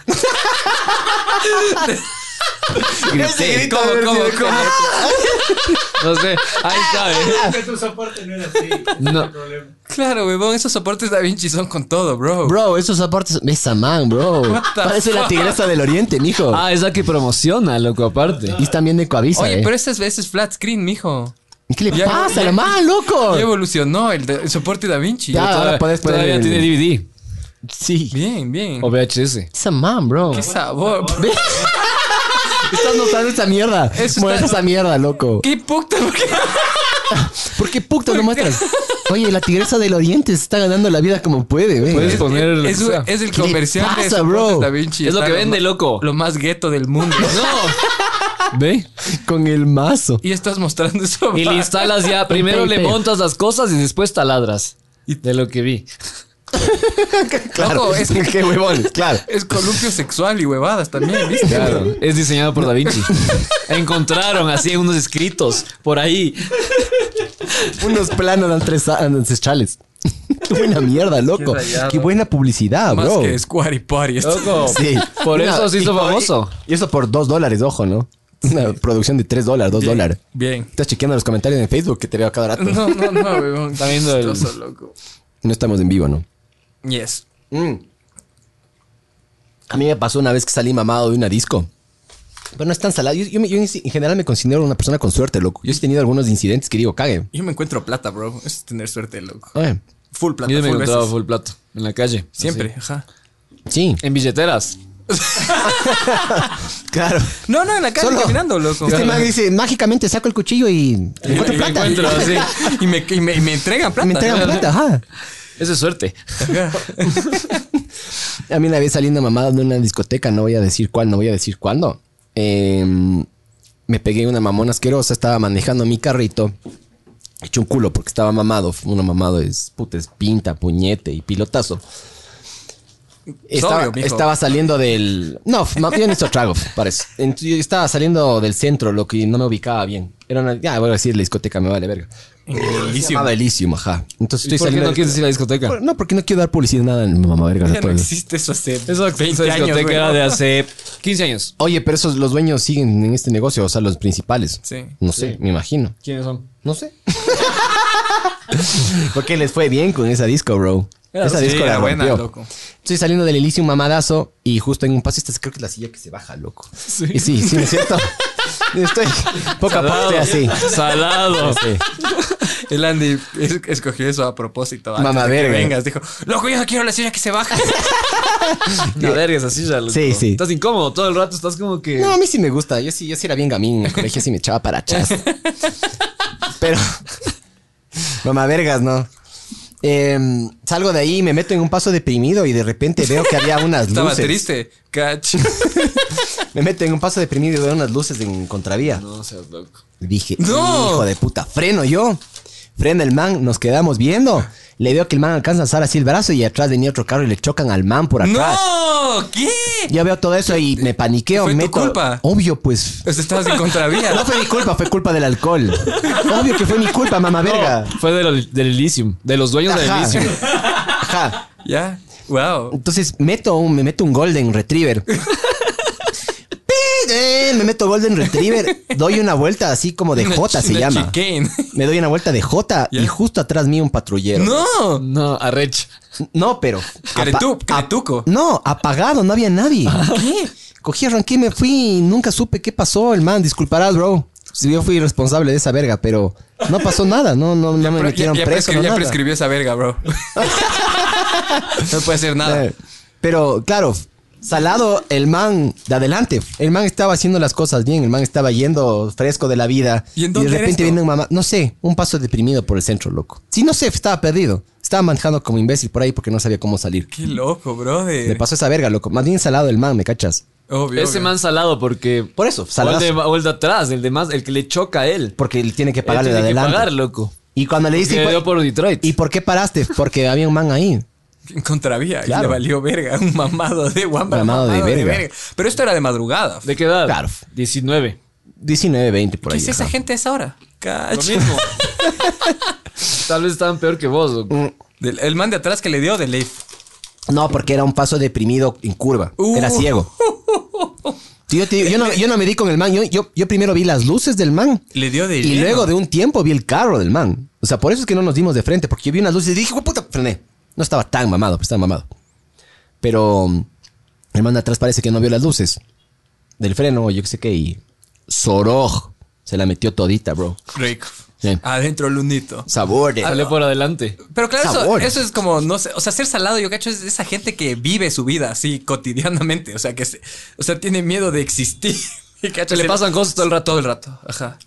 Speaker 2: Ese grito
Speaker 1: ¿Cómo,
Speaker 2: de haber
Speaker 1: cómo,
Speaker 2: sido
Speaker 1: cómo?
Speaker 3: No sé, ahí está, ¿eh?
Speaker 4: Que tu soporte no era así.
Speaker 3: No.
Speaker 4: No. problema.
Speaker 1: Claro, huevón, esos soportes Da Vinci son con todo, bro.
Speaker 2: Bro, esos zapatos. Esa man, bro.
Speaker 1: the
Speaker 2: Parece la
Speaker 1: fuck?
Speaker 2: tigresa del oriente, mijo.
Speaker 3: Ah, es la que promociona, loco, aparte.
Speaker 2: Y también de Coavisa,
Speaker 1: Oye,
Speaker 2: eh.
Speaker 1: pero esas veces flat screen, mijo.
Speaker 2: ¿Qué le
Speaker 1: Ya-
Speaker 2: pasa
Speaker 1: ya-
Speaker 2: a la man, loco?
Speaker 3: Oh.
Speaker 1: Ya evolucionó el, el soporte Da Vinci.
Speaker 2: Ya.
Speaker 3: Todavía-
Speaker 2: ahora puedes poner
Speaker 3: Todavía
Speaker 2: el-
Speaker 3: tiene DVD
Speaker 2: Sí.
Speaker 1: Bien, bien.
Speaker 3: o VHS.
Speaker 2: Esa man, bro.
Speaker 1: Qué sabor.
Speaker 2: Estás notando esa mierda.
Speaker 1: Eso
Speaker 2: Muestra
Speaker 1: está-
Speaker 2: esa mierda, loco.
Speaker 1: Qué puta. ¿por qué?
Speaker 2: ¿Por qué puta no muestras? Oye, la tigresa del oriente se está ganando la vida como puede, ve.
Speaker 1: Pues
Speaker 3: Puedes poner lo que
Speaker 1: Es,
Speaker 3: sea.
Speaker 1: es el
Speaker 2: ¿Qué le
Speaker 1: comercial de
Speaker 2: pasa,
Speaker 1: soportes
Speaker 2: bro?
Speaker 1: Da Vinci.
Speaker 3: Es lo
Speaker 1: Está
Speaker 3: que vende,
Speaker 1: ma-
Speaker 3: loco.
Speaker 1: Lo más gueto del mundo.
Speaker 3: ¿Ve?
Speaker 2: Con el mazo.
Speaker 1: Y estás mostrando eso.
Speaker 3: Y le instalas ya. Primero le
Speaker 2: Tape.
Speaker 3: montas las cosas y después taladras. De lo que vi.
Speaker 2: Claro,
Speaker 1: Loco,
Speaker 2: es
Speaker 1: es-
Speaker 2: que qué huevón, claro.
Speaker 1: Es columpio sexual y huevadas también, ¿viste?
Speaker 3: Claro, es diseñado por Da Vinci. Encontraron así unos escritos por ahí.
Speaker 2: Unos planos antresa- ancestrales. qué buena mierda, loco.
Speaker 1: Qué rayado.
Speaker 2: Qué buena publicidad,
Speaker 1: Más
Speaker 2: bro.
Speaker 1: que Square y Party. esto.
Speaker 3: Loco. Por eso se hizo
Speaker 2: y-
Speaker 3: famoso.
Speaker 2: Y, y eso por dos dólares, ojo, ¿no? Una producción de 3 dólares, 2
Speaker 1: Bien,
Speaker 2: dólares.
Speaker 1: Bien.
Speaker 2: Estás chequeando los comentarios en Facebook que te veo cada rato.
Speaker 1: No, no, no, weón.
Speaker 3: Está viendo el-
Speaker 1: Chistoso, loco.
Speaker 2: No estamos en vivo, ¿no?
Speaker 1: Yes.
Speaker 2: A mí me pasó una vez que salí mamado de una disco. Pero no es tan salado. Yo, yo me- yo en en general me considero una persona con suerte, loco. Yo sí he tenido algunos incidentes que digo, cague.
Speaker 1: Yo me encuentro plata, bro. Es tener suerte, loco.
Speaker 2: Ay,
Speaker 1: Full plata,
Speaker 3: Yo me
Speaker 1: full
Speaker 3: encontraba
Speaker 1: veces.
Speaker 3: full plato en la calle.
Speaker 1: Siempre,
Speaker 3: así.
Speaker 1: ajá.
Speaker 2: sí,
Speaker 3: En billeteras.
Speaker 2: claro.
Speaker 1: No, no, en la calle
Speaker 2: Solo-
Speaker 1: caminando, loco.
Speaker 2: Este man dice, mágicamente saco el cuchillo y le encuentro
Speaker 3: Y me
Speaker 2: plata.
Speaker 3: encuentro, sí.
Speaker 1: y, me, y me- y me entregan plata.
Speaker 2: Me entregan plata, ajá.
Speaker 3: Eso es suerte.
Speaker 2: A mí una vez saliendo mamada de una discoteca, no voy a decir cuál, no voy a decir cuándo. eh, me pegué una mamona asquerosa, estaba manejando mi carrito. Hecho un culo porque estaba mamado. Uno mamado es puta, es pinta, puñete y pilotazo. Estaba,
Speaker 1: Sobrio, mijo.
Speaker 2: estaba saliendo del. No, ma- yo necesito trago, parece. Entonces, yo estaba saliendo del centro, lo que no me ubicaba bien. Era una. Ya, voy a decir la discoteca, me vale verga. Se llamaba Elysium, ajá. Entonces
Speaker 3: Eh, ¿Y
Speaker 2: estoy
Speaker 3: por qué
Speaker 2: saliendo.
Speaker 3: no
Speaker 2: del-
Speaker 3: quieres decir la discoteca?
Speaker 2: Por- no, porque no quiero dar publicidad nada en mamá verga.
Speaker 1: Ya no existe eso hace
Speaker 3: Esa
Speaker 1: 20
Speaker 3: esa
Speaker 1: años.
Speaker 3: discoteca
Speaker 1: güey.
Speaker 3: era de hace 15 años.
Speaker 2: Oye, pero esos los dueños siguen en este negocio, o sea, los principales.
Speaker 1: Sí.
Speaker 2: No sé, me imagino.
Speaker 3: ¿Quiénes son?
Speaker 2: No sé. Porque les fue bien con esa disco, bro.
Speaker 1: Era-
Speaker 2: esa
Speaker 1: sí,
Speaker 2: disco
Speaker 1: era
Speaker 2: la
Speaker 1: buena,
Speaker 2: rompió.
Speaker 1: loco.
Speaker 2: Estoy saliendo del Elysium mamadazo y justo en un paso esta es- creo que es la silla que se baja, loco. Sí. Y sí, sí, ¿no es cierto? Estoy poco a poco estoy así.
Speaker 3: Salado.
Speaker 2: Sí.
Speaker 1: El Andy es- escogió eso a propósito. antes
Speaker 2: Mamá
Speaker 1: de que
Speaker 2: verga.
Speaker 1: vengas, dijo, loco, yo no quiero la silla que se baja.
Speaker 3: Una verga esa silla, loco.
Speaker 2: Sí, sí.
Speaker 3: Estás incómodo todo el rato, estás como que...
Speaker 2: No, a mí sí me gusta. Yo sí, yo sí era bien gamín en el colegio, sí me echaba para atrás. Pero. Mamá vergas, ¿no? Em, salgo de ahí, me meto en un paso deprimido y de repente veo que había unas
Speaker 1: Estaba
Speaker 2: luces.
Speaker 1: triste. Cach.
Speaker 2: Me meto en un paso deprimido y veo unas luces en contravía.
Speaker 3: No seas loco.
Speaker 2: Dije,
Speaker 1: ¡No!
Speaker 2: hijo de puta, freno yo. Frena el man, nos quedamos viendo. Le veo que el man alcanza a alzar así el brazo y atrás venía otro carro y le chocan al man por atrás.
Speaker 1: ¡No! ¿Qué?
Speaker 2: Yo veo todo eso y me paniqueo.
Speaker 1: Fue tu
Speaker 2: meto-
Speaker 1: culpa.
Speaker 2: Obvio, pues.
Speaker 1: O sea, estabas en contravía.
Speaker 2: No fue mi culpa, fue culpa del alcohol. Obvio que fue mi culpa, mamá verga.
Speaker 3: Fue del, del Elysium, de los dueños del
Speaker 2: Ajá.
Speaker 3: Elysium.
Speaker 2: Ajá.
Speaker 1: Ya. Wow.
Speaker 2: Entonces meto un- me meto un golden retriever. Eh, Me meto golden retriever, doy una vuelta así como de
Speaker 1: Una
Speaker 2: J
Speaker 1: chi-
Speaker 2: se
Speaker 1: una
Speaker 2: llama.
Speaker 1: chicane.
Speaker 2: Me doy una vuelta de J y
Speaker 1: Ya.
Speaker 2: justo atrás mío un patrullero.
Speaker 1: No.
Speaker 3: No, arrech.
Speaker 2: No, pero.
Speaker 1: Caretú-
Speaker 2: apa-
Speaker 1: caretuco. Ah.
Speaker 2: ap- No, apagado, no había nadie.
Speaker 1: ¿Qué?
Speaker 2: Cogí, arranqué, me fui y nunca supe qué pasó. El man, disculparás, bro. Si yo fui responsable de esa verga, pero no pasó nada. No, no, no me
Speaker 1: Pero
Speaker 2: metieron
Speaker 1: ya, ya
Speaker 2: preso.
Speaker 1: prescri-
Speaker 2: no
Speaker 1: ya
Speaker 2: nada.
Speaker 1: prescribió esa verga, bro. no puede hacer nada.
Speaker 2: Eh, Pero claro, salado el man de adelante. El man estaba haciendo las cosas bien. El man estaba yendo fresco de la vida.
Speaker 1: ¿Y en
Speaker 2: de
Speaker 1: dónde era
Speaker 2: repente
Speaker 1: esto?
Speaker 2: viene un mamá. No sé, un paso deprimido por el centro, loco. Sí, no sé, estaba perdido. Estaba manejando como imbécil por ahí porque no sabía cómo salir.
Speaker 1: Qué loco, brother.
Speaker 2: Me pasó esa verga, loco. Más bien salado el man, ¿me cachas?
Speaker 1: Obvio.
Speaker 3: Ese
Speaker 1: obvio.
Speaker 3: man salado porque...
Speaker 2: Por eso,
Speaker 3: O el,
Speaker 2: salado.
Speaker 3: de, o el de atrás, el de más, el que le choca a él.
Speaker 2: Porque él tiene que
Speaker 3: Él
Speaker 2: pagarle de
Speaker 3: tiene que
Speaker 2: adelante.
Speaker 3: pagar, loco.
Speaker 2: Y cuando le
Speaker 3: Que
Speaker 2: dice. "¿Y
Speaker 3: dio
Speaker 2: por-
Speaker 3: por Detroit.
Speaker 2: ¿Y por qué paraste? Porque había un man ahí.
Speaker 1: En contravía. Y
Speaker 2: Claro.
Speaker 1: le valió verga. Un mamado de guamba.
Speaker 2: Mamado de verga.
Speaker 1: Pero esto era de madrugada.
Speaker 3: ¿De qué edad?
Speaker 2: Claro.
Speaker 3: 19.
Speaker 2: 19, 20 por
Speaker 1: ¿Qué
Speaker 2: ahí.
Speaker 1: es esa
Speaker 2: ajá.
Speaker 1: gente a esa hora? Cacho.
Speaker 3: Lo mismo. Tal vez estaban peor que vos. loco.
Speaker 2: Mm, eh,
Speaker 1: Del- el man de atrás que le dio de ley.
Speaker 2: No, porque era un paso deprimido en curva.
Speaker 1: Uh.
Speaker 2: Era ciego. Sí, Yo, te digo, yo no, yo no me di con el man. Yo, yo, yo primero vi las luces del man.
Speaker 1: Le dio de
Speaker 2: Y
Speaker 1: lleno.
Speaker 2: luego de un tiempo vi el carro del man. O sea, por eso es que no nos dimos de frente. Porque yo vi unas luces y dije, "Hijo de puta, frené. No estaba tan mamado, pero estaba mamado. Pero mm, el man de atrás parece que no vio las luces del freno o yo qué sé qué. Y Soroj se la metió todita, bro.
Speaker 1: Rico.
Speaker 2: Sí.
Speaker 1: Adentro lunito.
Speaker 2: Sabor de...
Speaker 3: Salió por adelante.
Speaker 1: Pero claro, eso,
Speaker 2: Sabor.
Speaker 1: eso es como, no sé, o sea, ser salado, yo cacho, es esa gente que vive su vida así cotidianamente, o sea, que se, o sea, tiene miedo de existir. Y cacho,
Speaker 3: Le
Speaker 1: se-
Speaker 3: pasan cosas todo el rato.
Speaker 1: todo el rato, ajá.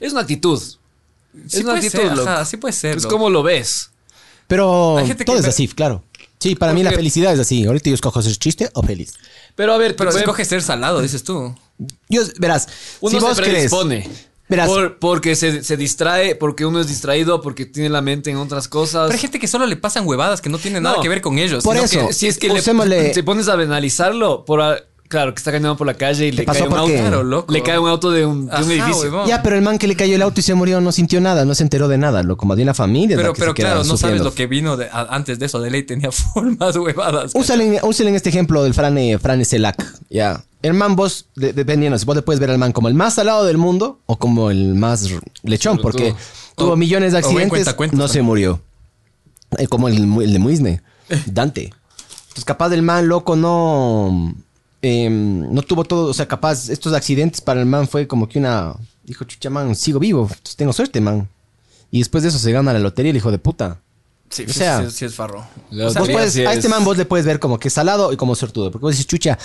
Speaker 3: Es una actitud.
Speaker 1: Sí
Speaker 3: es una
Speaker 1: puede
Speaker 3: actitud,
Speaker 1: ser,
Speaker 3: loco.
Speaker 1: ajá, sí puede ser.
Speaker 3: Es
Speaker 1: loco.
Speaker 3: como lo ves.
Speaker 2: Pero
Speaker 1: Hay gente que
Speaker 2: todo es
Speaker 1: ve-
Speaker 2: así, claro. Sí, para mí la
Speaker 3: Porque-
Speaker 2: felicidad es así. Ahorita yo escojo ser chiste o feliz.
Speaker 3: Pero a ver,
Speaker 1: Pero
Speaker 3: te pueden-
Speaker 1: escoge ser salado, dices tú.
Speaker 2: Yo, verás,
Speaker 3: uno
Speaker 2: si
Speaker 3: se
Speaker 2: vos crees...
Speaker 3: predispone.
Speaker 2: Verás.
Speaker 3: Por- porque se, se distrae, porque uno es distraído, porque tiene la mente en otras cosas.
Speaker 1: Pero hay gente que solo le pasan huevadas que no tiene nada
Speaker 3: No,
Speaker 1: que ver con ellos.
Speaker 2: por
Speaker 1: sino
Speaker 2: eso.
Speaker 1: que-
Speaker 3: si es que le-
Speaker 2: Usémosle-
Speaker 3: te pones a analizarlo, por a- claro, que está caminando por la calle y le
Speaker 2: pasó
Speaker 3: cae, un
Speaker 2: por
Speaker 3: auto,
Speaker 2: qué?
Speaker 1: Claro, loco.
Speaker 3: le cae un auto de un, de un
Speaker 1: Ajá,
Speaker 3: edificio.
Speaker 1: huevón.
Speaker 2: Ya, pero el man que le cayó el auto y se murió no sintió nada, no se enteró de nada, loco. Más bien la familia. es la
Speaker 1: pero
Speaker 2: que se
Speaker 1: pero
Speaker 2: queda
Speaker 1: claro, no sabes
Speaker 2: sufriendo.
Speaker 1: lo que vino de- a- antes de eso. De ley tenía formas huevadas.
Speaker 2: Úsale, úsale en este ejemplo del Frane, Frane Celac. eh, Ya. El man, vos, de- dependiendo, si vos le puedes ver al man como el más salado del mundo o como el más r- lechón,
Speaker 3: Sobre
Speaker 2: porque
Speaker 3: todo.
Speaker 2: tuvo
Speaker 1: O-
Speaker 2: millones de
Speaker 1: o buen
Speaker 2: accidentes,
Speaker 1: cuentacuentos
Speaker 2: no se
Speaker 1: también.
Speaker 2: murió. Eh, como el, mu- el de Muisne, Dante. Entonces, capaz del man loco no. em, no tuvo todo, o sea, capaz estos accidentes para el man fue como que una. Dijo, chucha, man, sigo vivo, entonces tengo suerte, man. Y después de eso se gana la lotería, el hijo de puta.
Speaker 1: Sí,
Speaker 2: O
Speaker 1: sí,
Speaker 2: sea-
Speaker 1: sí, sí es farro.
Speaker 3: La
Speaker 2: O sea, vos
Speaker 3: lotería
Speaker 2: puedes-
Speaker 3: sí
Speaker 2: a
Speaker 3: es-
Speaker 2: este man vos le puedes ver como que salado y como sortudo. Porque vos dices, chucha,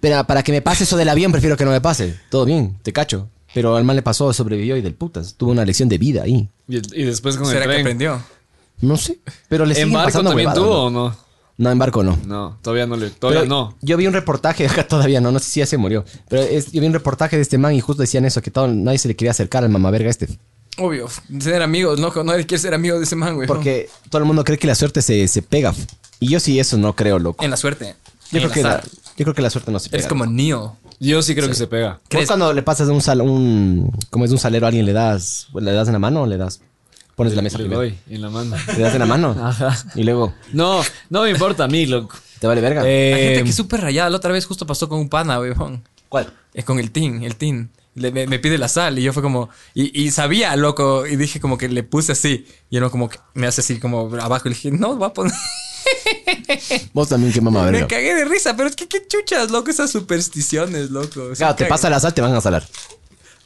Speaker 2: pero para que me pase eso del avión, prefiero que no me pase. Todo bien, te cacho. Pero al man le pasó, sobrevivió y del putas. Tuvo una lección de vida ahí.
Speaker 3: Y, y después con el
Speaker 1: ¿Será que
Speaker 3: tren.
Speaker 1: aprendió?
Speaker 2: No sé. Pero le
Speaker 3: ¿En
Speaker 2: siguen
Speaker 3: barco
Speaker 2: pasando
Speaker 3: también
Speaker 2: huevadas,
Speaker 3: tuvo
Speaker 2: ¿no?
Speaker 3: o no?
Speaker 2: No, en barco no.
Speaker 3: No, todavía no le. Todavía
Speaker 2: Pero
Speaker 3: no.
Speaker 2: Yo vi un reportaje, acá todavía no, no sé si ya se murió. Pero es- yo vi un reportaje de este man y justo decían eso, que todo, nadie se le quería acercar al mamaverga este.
Speaker 1: Obvio. Ser amigos, no, no quiere ser amigo de ese man, güey.
Speaker 2: Porque todo el mundo cree que la suerte se, se pega. Y yo sí eso no creo, loco.
Speaker 1: En la suerte.
Speaker 2: Yo
Speaker 1: en
Speaker 2: creo,
Speaker 1: el
Speaker 2: que la,
Speaker 1: azar.
Speaker 2: yo creo que la suerte no se pega.
Speaker 1: Eres como Neo.
Speaker 3: Yo sí creo que se pega.
Speaker 2: ¿Vos
Speaker 1: ¿Crees?
Speaker 2: cuando le pasas un, sal, un como es de un salero a alguien le das le das en la mano o le das pones la mesa
Speaker 3: Le
Speaker 2: primero?
Speaker 3: doy en la mano.
Speaker 2: Le das en la mano. Y luego
Speaker 3: No, no me importa a mí, loco.
Speaker 2: te vale verga.
Speaker 1: Hay gente
Speaker 3: Eh,
Speaker 1: que
Speaker 2: Em.
Speaker 1: es súper rayada. La otra vez justo pasó con un pana, weón.
Speaker 2: ¿Cuál?
Speaker 1: Es con el tin, el tin. Le- me, me pide la sal y yo fue como... Y, y sabía, loco. Y dije como que le puse así. Y él como que me hace así como abajo. Y le dije, no, va a poner...
Speaker 2: Vos también qué mamá
Speaker 1: me
Speaker 2: verga.
Speaker 1: cagué de risa. Pero es que qué chuchas, loco. Esas supersticiones, loco. O sea,
Speaker 2: Claro, te
Speaker 1: cague.
Speaker 2: pasa la sal, te van a salar.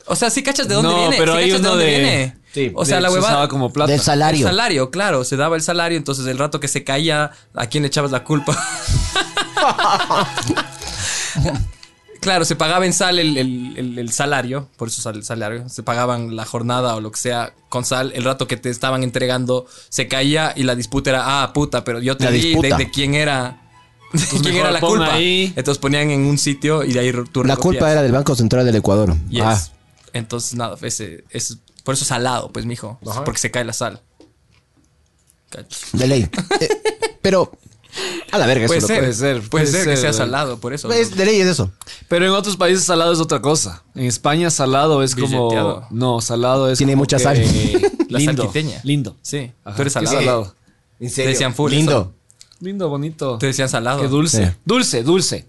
Speaker 1: O sea, sí cachas de dónde
Speaker 3: no,
Speaker 1: viene.
Speaker 3: pero
Speaker 1: sí
Speaker 3: hay
Speaker 1: cachas de
Speaker 3: uno
Speaker 1: dónde
Speaker 3: de.
Speaker 1: viene.
Speaker 3: Sí,
Speaker 1: o sea,
Speaker 3: de-
Speaker 1: la
Speaker 3: se
Speaker 1: huevada...
Speaker 3: usaba como plata.
Speaker 2: Del salario.
Speaker 1: El salario, claro, se daba el salario, entonces el rato que se caía, ¿a quién le echabas la culpa? claro, se pagaba en sal el, el- el- el salario, por eso sale el salario, se pagaban la jornada o lo que sea con sal, el rato que te estaban entregando se caía y la disputa era, ah, puta, pero yo te
Speaker 2: La
Speaker 1: di de,
Speaker 2: disputa.
Speaker 1: de quién era. de ¿Quién
Speaker 3: Pues mejor
Speaker 1: era la
Speaker 3: pon
Speaker 1: culpa?
Speaker 3: ahí.
Speaker 1: Entonces ponían en un sitio y de ahí tú
Speaker 2: La culpa era del Banco Central del Ecuador.
Speaker 1: Yes.
Speaker 2: Ah,
Speaker 1: Entonces, nada, ese, ese- por eso salado, pues, mijo. Porque se cae la sal. Cacho.
Speaker 2: de ley. Eh, pero a la verga
Speaker 1: Puede
Speaker 2: eso.
Speaker 1: ser,
Speaker 2: loco.
Speaker 1: puede
Speaker 3: puede
Speaker 1: ser,
Speaker 3: ser, puede
Speaker 1: que
Speaker 3: ser,
Speaker 1: sea
Speaker 3: ¿verdad?
Speaker 1: salado, por eso.
Speaker 2: Es- de ley es eso.
Speaker 3: Pero en otros países salado es otra cosa. En España salado es como.
Speaker 1: Billeteado.
Speaker 3: No, salado es.
Speaker 2: Tiene
Speaker 3: como
Speaker 2: mucha
Speaker 3: que-
Speaker 2: sal.
Speaker 1: La
Speaker 3: lindo,
Speaker 1: salquiteña.
Speaker 3: Lindo.
Speaker 1: Sí,
Speaker 3: Ajá,
Speaker 1: tú eres
Speaker 3: qué
Speaker 1: salado.
Speaker 2: En
Speaker 1: serio. Decían full
Speaker 2: Lindo.
Speaker 3: Lindo, bonito.
Speaker 1: Te decían salado.
Speaker 3: Qué dulce.
Speaker 2: Sí.
Speaker 3: Dulce, dulce.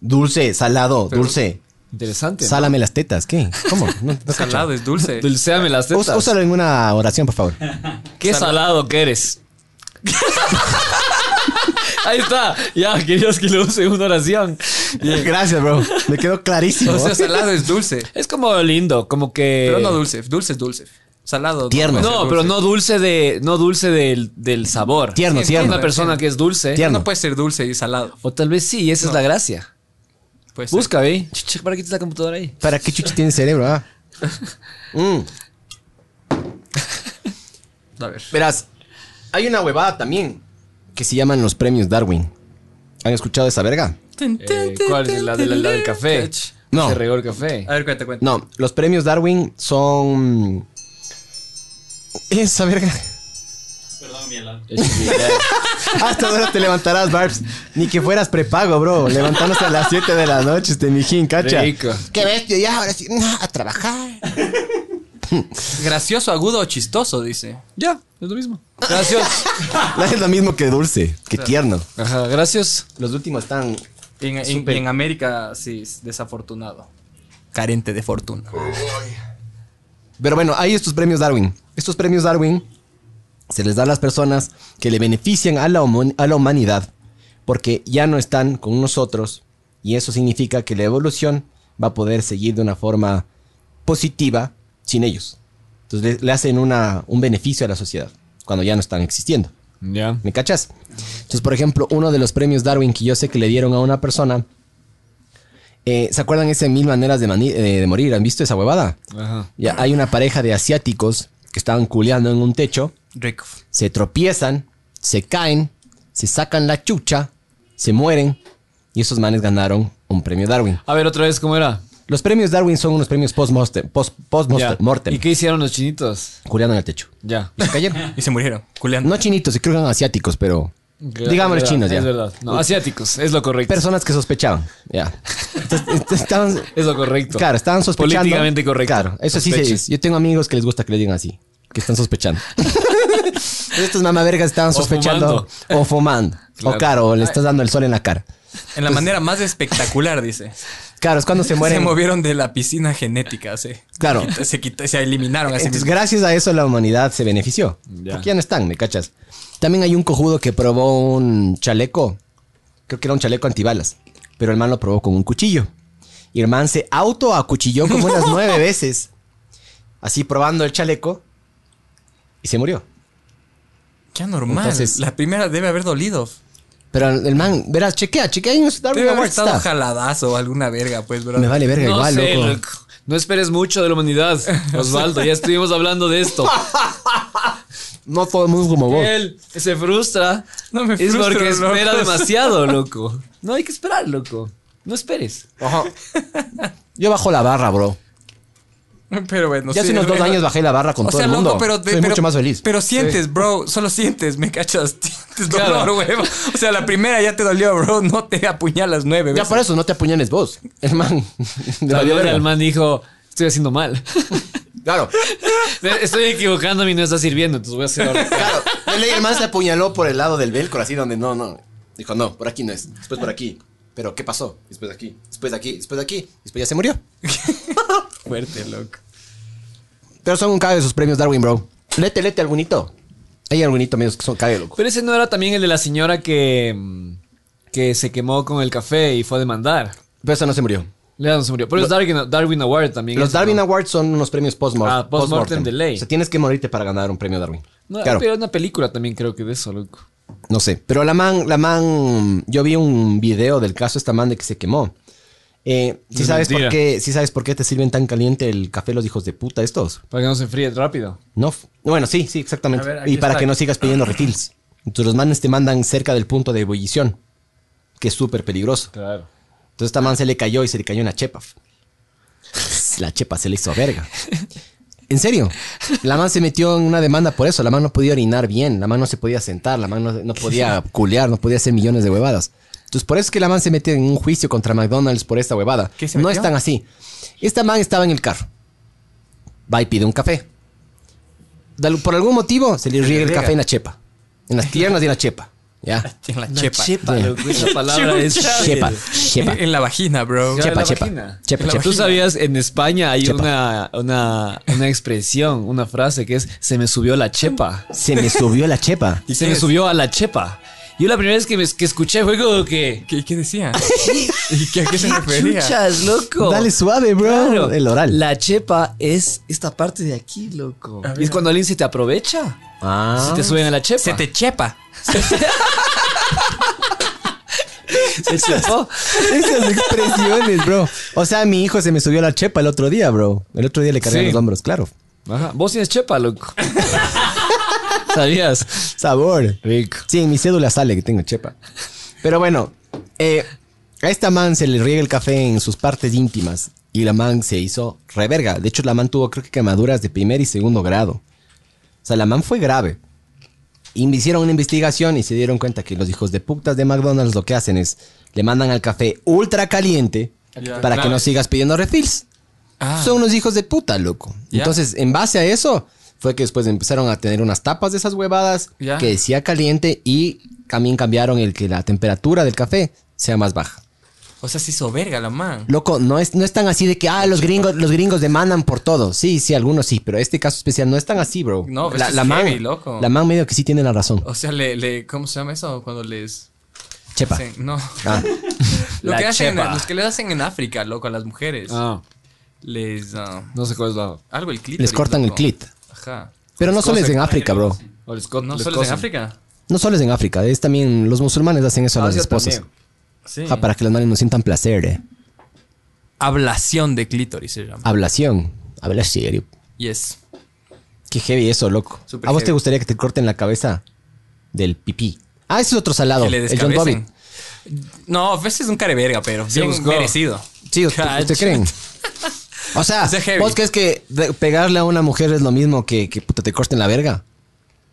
Speaker 2: Dulce, salado, dulce.
Speaker 3: Interesante. ¿no?
Speaker 2: Sálame las tetas, ¿qué? ¿Cómo? No, no cacho.
Speaker 1: Salado es dulce.
Speaker 3: Dulceame las tetas.
Speaker 2: Usa- Úsalo en una oración, por favor.
Speaker 3: Qué salado que eres. Ahí está. Ya, querías que lo use en una oración.
Speaker 2: Gracias, bro. Me quedó clarísimo.
Speaker 1: O sea, salado es dulce.
Speaker 3: Es como lindo, como que.
Speaker 1: Pero no dulce, dulce es dulce. Salado.
Speaker 2: Tierno.
Speaker 1: puede ser
Speaker 3: No, pero
Speaker 1: dulce.
Speaker 3: no dulce de. No dulce del, del sabor.
Speaker 2: Tierno,
Speaker 3: Sí,
Speaker 2: tierno.
Speaker 3: Una persona que es dulce.
Speaker 2: Tierno.
Speaker 1: No puede ser dulce y salado.
Speaker 3: O tal vez sí, y esa es la gracia.
Speaker 1: Puede ser.
Speaker 3: Busca, ve. Chucha, ¿Para qué está la computadora ahí?
Speaker 2: ¿Para qué chuchi tiene cerebro, ah? Mm,
Speaker 1: A ver.
Speaker 2: verás, hay una huevada también que se llaman los premios Darwin. ¿Han escuchado esa verga?
Speaker 3: Eh, ¿Cuál? ¿La, de la, la del café?
Speaker 2: No.
Speaker 3: De rigor café.
Speaker 1: A ver, cuéntame, cuéntame.
Speaker 2: No, los premios Darwin son... mm, Esa verga.
Speaker 4: Perdón, mi alarma.
Speaker 2: Ah, Hasta ahora te levantarás, Barbs. Ni que fueras prepago, bro. Levantándose a las 7 de la noche, este mijín, cacha.
Speaker 3: Rico.
Speaker 2: Qué bestia, ya ahora sí. A trabajar.
Speaker 1: Gracioso, agudo o chistoso, dice.
Speaker 3: Ya, es lo mismo. Gracias.
Speaker 2: No es lo mismo que dulce, que tierno.
Speaker 3: Ajá, gracias.
Speaker 2: Los últimos están...
Speaker 1: Y en, en- y en América, sí, es desafortunado. Carente de fortuna.
Speaker 2: Pero bueno, hay estos premios Darwin. Estos premios Darwin se les da a las personas que le benefician a la, homo- a la humanidad porque ya no están con nosotros y eso significa que la evolución va a poder seguir de una forma positiva sin ellos. Entonces le, le hacen una, un beneficio a la sociedad cuando ya no están existiendo.
Speaker 3: Ya.
Speaker 2: ¿Me cachas? Entonces, por ejemplo, uno de los premios Darwin que yo sé que le dieron a una persona. eh, ¿Se acuerdan ese Mil Maneras de, mani- eh, de Morir? ¿Han visto esa huevada?
Speaker 3: Ajá.
Speaker 2: Ya, hay una pareja de asiáticos que estaban culeando en un techo,
Speaker 1: Rico.
Speaker 2: se tropiezan, se caen, se sacan la chucha, se mueren y esos manes ganaron un premio Darwin.
Speaker 3: A ver, otra vez, ¿cómo era?
Speaker 2: Los premios Darwin son unos premios post-mortem, post-
Speaker 3: Ya.
Speaker 2: post-mortem, mortem,
Speaker 3: ¿Y qué hicieron los chinitos?
Speaker 2: culeando en el techo.
Speaker 3: Ya.
Speaker 2: Y se cayeron.
Speaker 1: Y se murieron, culeando.
Speaker 2: No chinitos, se creo que eran asiáticos, pero digámosles
Speaker 3: Es verdad,
Speaker 2: chinos ya.
Speaker 3: Es verdad. No, asiáticos, es lo correcto.
Speaker 2: Personas que sospechaban, ya. Entonces, est- estaban,
Speaker 3: es lo correcto.
Speaker 2: claro, estaban sospechando.
Speaker 3: Políticamente correcto.
Speaker 2: Claro, eso sí se
Speaker 3: Sospeche.
Speaker 2: dice. Yo tengo amigos que les gusta que le digan así, que están sospechando. Estos mamavergas estaban sospechando o fumando. O
Speaker 3: Claro.
Speaker 2: caro, o le estás dando el sol en la cara.
Speaker 1: En la manera más espectacular, dice.
Speaker 2: Claro, es cuando se
Speaker 1: Se
Speaker 2: Pues- mueren.
Speaker 1: movieron de la piscina genética, sí.
Speaker 2: Claro.
Speaker 1: Se, quita- se, quita- se eliminaron a sí
Speaker 2: Entonces,
Speaker 1: mismos.
Speaker 2: gracias a eso la humanidad se benefició.
Speaker 3: Ya.
Speaker 2: Porque ya no están, ¿me cachas? También hay un cojudo que probó un chaleco. Creo que era un chaleco antibalas. Pero el man lo probó con un cuchillo. Y el man se autoacuchilló como unas nueve veces. Así probando el chaleco. Y se murió.
Speaker 1: Qué normal.
Speaker 2: Entonces-
Speaker 1: la primera debe haber dolido.
Speaker 2: Pero el man, verás, chequea, chequea en Darwin
Speaker 1: Debe haber
Speaker 2: Awards
Speaker 1: estado
Speaker 2: está.
Speaker 1: jaladazo o alguna verga, pues, bro.
Speaker 2: Me vale verga
Speaker 3: No
Speaker 2: igual,
Speaker 3: sé,
Speaker 2: loco.
Speaker 3: loco. No esperes mucho de la humanidad, Osvaldo. ya estuvimos hablando de esto.
Speaker 2: No todo el mundo es como vos.
Speaker 3: Él se frustra.
Speaker 1: No me
Speaker 3: Es
Speaker 1: frustro,
Speaker 3: porque espera
Speaker 1: loco.
Speaker 3: demasiado, loco. No hay que esperar, loco. No esperes.
Speaker 2: Yo bajo la barra, bro.
Speaker 1: Pero bueno,
Speaker 2: Ya
Speaker 1: sí,
Speaker 2: hace unos dos
Speaker 1: verga.
Speaker 2: años bajé la barra con
Speaker 1: O
Speaker 2: todo
Speaker 1: sea,
Speaker 2: el mundo.
Speaker 1: loco, pero, de-
Speaker 2: Soy
Speaker 1: pero-
Speaker 2: mucho más feliz.
Speaker 1: Pero sientes, bro, solo sientes, me cachas. Sientes dolor,
Speaker 3: Claro.
Speaker 1: huevo. O sea, la primera ya te dolió, bro. No te apuñalas nueve
Speaker 2: ya
Speaker 1: veces.
Speaker 2: por eso no te apuñales vos, hermano.
Speaker 3: La verdad, el man dijo, estoy haciendo mal.
Speaker 2: Claro,
Speaker 3: Me- Estoy equivocándome y no está sirviendo, entonces voy a hacer ahora.
Speaker 2: claro. El el man se apuñaló por el lado del velcro, así donde no, no. Dijo, no, por aquí no es. Después por aquí. Pero, ¿qué pasó? Después de aquí, después de aquí, después de aquí. Después ya se murió.
Speaker 1: Fuerte, loco.
Speaker 2: Pero son un cague sus premios Darwin, bro. Lete, lete algunito. Hay algunito amigos que son cague, loco.
Speaker 3: Pero ese no era también el de la señora que, mm, que se quemó con el café y fue a demandar.
Speaker 2: Pero eso no se murió.
Speaker 3: Le dan se murió. Pero es Darwin, Darwin Award también.
Speaker 2: Los
Speaker 3: ese,
Speaker 2: Darwin
Speaker 3: ¿no?
Speaker 2: Awards son unos premios post-mortem.
Speaker 3: Ah, post-mortem de ley.
Speaker 2: O sea, tienes que morirte para ganar un premio Darwin.
Speaker 3: No,
Speaker 2: claro,
Speaker 3: Pero una película también creo que de eso, loco.
Speaker 2: no sé. Pero la man, la man, yo vi un video del caso esta man de que se quemó. Eh, ¿sí,
Speaker 3: Es
Speaker 2: sabes por
Speaker 3: mentira.
Speaker 2: qué, ¿Sí sabes por qué te sirven tan caliente el café los hijos de puta estos?
Speaker 3: Para que no se enfríe rápido.
Speaker 2: No. f- Bueno, sí, sí, exactamente.
Speaker 1: A ver, aquí
Speaker 2: y para
Speaker 1: está.
Speaker 2: que no sigas pidiendo refills. Entonces los manes te mandan cerca del punto de ebullición, que es súper peligroso.
Speaker 3: Claro.
Speaker 2: Entonces esta man se le cayó y se le cayó una chepa. La chepa se le hizo verga. En serio, la man se metió en una demanda por eso. La man no podía orinar bien, la man no se podía sentar, la man no, no podía culear, no podía hacer millones de huevadas. Entonces, por eso es que la man se metió en un juicio contra McDonald's por esta huevada.
Speaker 1: ¿Qué se
Speaker 2: No
Speaker 1: metió?
Speaker 2: es tan así. Esta man estaba en el carro. Va y pide un café. De al- Por algún motivo se le riega el
Speaker 1: riega.
Speaker 2: café en la chepa. En las piernas y en la chepa. ¿Ya?
Speaker 1: En la chepa.
Speaker 2: Ya.
Speaker 3: Loco, esa palabra es
Speaker 2: Chepa, chepa.
Speaker 1: En la vagina, bro.
Speaker 3: Ya.
Speaker 2: Chepa,
Speaker 3: la
Speaker 2: chepa.
Speaker 3: vagina.
Speaker 2: Chepa,
Speaker 1: En la
Speaker 2: chepa.
Speaker 3: Tú sabías, en España hay
Speaker 2: Chepa.
Speaker 3: una, una, una expresión, una frase que es se me subió la chepa.
Speaker 2: Se me subió la chepa.
Speaker 3: Y se
Speaker 1: qué
Speaker 3: me
Speaker 1: es?
Speaker 3: subió a la chepa. Yo la primera vez que, me, que escuché fue como que.
Speaker 1: ¿Qué, qué decía? ¿Y qué, a qué se refería?
Speaker 3: Chuchas, loco.
Speaker 2: Dale suave, bro.
Speaker 3: Claro.
Speaker 2: El oral.
Speaker 3: La chepa es esta parte de aquí, loco.
Speaker 1: A ver.
Speaker 3: Y es cuando alguien se te aprovecha.
Speaker 2: Ah.
Speaker 3: Se te suben a la chepa.
Speaker 1: Se te chepa.
Speaker 3: Se chepó.
Speaker 2: Esas expresiones, bro. O sea, mi hijo se me subió la chepa el otro día, bro. El otro día le cargué
Speaker 3: Sí.
Speaker 2: los hombros, claro.
Speaker 3: Ajá. Vos tienes chepa, loco. ¿Sabías?
Speaker 2: Sabor.
Speaker 3: Rico.
Speaker 2: Sí, en mi cédula sale que tengo chepa. Pero bueno, eh, a esta man se le riega el café en sus partes íntimas y la man se hizo reverga. De hecho, la man tuvo creo que quemaduras de primer y segundo grado. O sea, la man fue grave. Y me Hicieron una investigación y se dieron cuenta que los hijos de putas de McDonald's lo que hacen es le mandan al café ultra caliente
Speaker 1: Ya,
Speaker 2: para que
Speaker 1: claro.
Speaker 2: no sigas pidiendo refills.
Speaker 1: Ah,
Speaker 2: Son unos hijos de puta, loco.
Speaker 1: Ya.
Speaker 2: Entonces, en base a eso, fue que después empezaron a tener unas tapas de esas huevadas
Speaker 1: Ya.
Speaker 2: que decía caliente y también cambiaron el que la temperatura del café sea más baja.
Speaker 1: o sea, se hizo verga la man.
Speaker 2: Loco, no es, no es tan así de que, ah, los gringos, los gringos demandan por todo. Sí, sí, algunos sí, pero este caso especial no es tan así, bro.
Speaker 1: No, pero
Speaker 2: la,
Speaker 1: esto
Speaker 2: la
Speaker 1: es
Speaker 2: man,
Speaker 1: heavy, loco. Oh,
Speaker 2: la man medio que sí tiene la razón.
Speaker 1: O sea, le, le- ¿cómo se llama eso? Cuando les...
Speaker 2: Chepa.
Speaker 1: hacen- no.
Speaker 2: Ah,
Speaker 1: Lo
Speaker 3: La
Speaker 1: que hacen,
Speaker 3: chepa.
Speaker 1: los que le hacen en África, loco, a las mujeres.
Speaker 3: Ah,
Speaker 1: Les... ah,
Speaker 3: no sé cuál es la.
Speaker 1: algo el clítoris.
Speaker 2: les cortan el
Speaker 1: loco.
Speaker 2: clit.
Speaker 1: Ajá.
Speaker 2: Pero no solo es en África, bro.
Speaker 3: O el Scott-
Speaker 1: ¿No
Speaker 3: el
Speaker 1: solo es en
Speaker 3: Scott-
Speaker 1: África?
Speaker 2: No solo es en África, es también los musulmanes hacen eso a las
Speaker 3: Asia
Speaker 2: esposas.
Speaker 3: también.
Speaker 1: Ah, Sí.
Speaker 2: Ah, para que las manes no sientan placer, eh.
Speaker 1: Ablación de clítoris se
Speaker 2: Ah.
Speaker 1: llama.
Speaker 2: Ablación. Habla serio.
Speaker 1: Yes.
Speaker 2: Qué heavy eso, loco.
Speaker 1: Súper
Speaker 2: ¿A vos te
Speaker 1: heavy.
Speaker 2: gustaría que te corten la cabeza del pipí? Ah, ese es otro salado.
Speaker 1: Que le
Speaker 2: el John Bobby.
Speaker 1: descabecen. No, a veces es un careverga, pero
Speaker 3: Se
Speaker 1: bien
Speaker 3: buscó.
Speaker 1: merecido. Ah,
Speaker 2: Sí, ¿usted,
Speaker 1: Cacho.
Speaker 2: usted creen? O sea,
Speaker 1: Ese es heavy.
Speaker 2: ¿vos crees que de- pegarle a una mujer es lo mismo que, que puta, te corten la verga?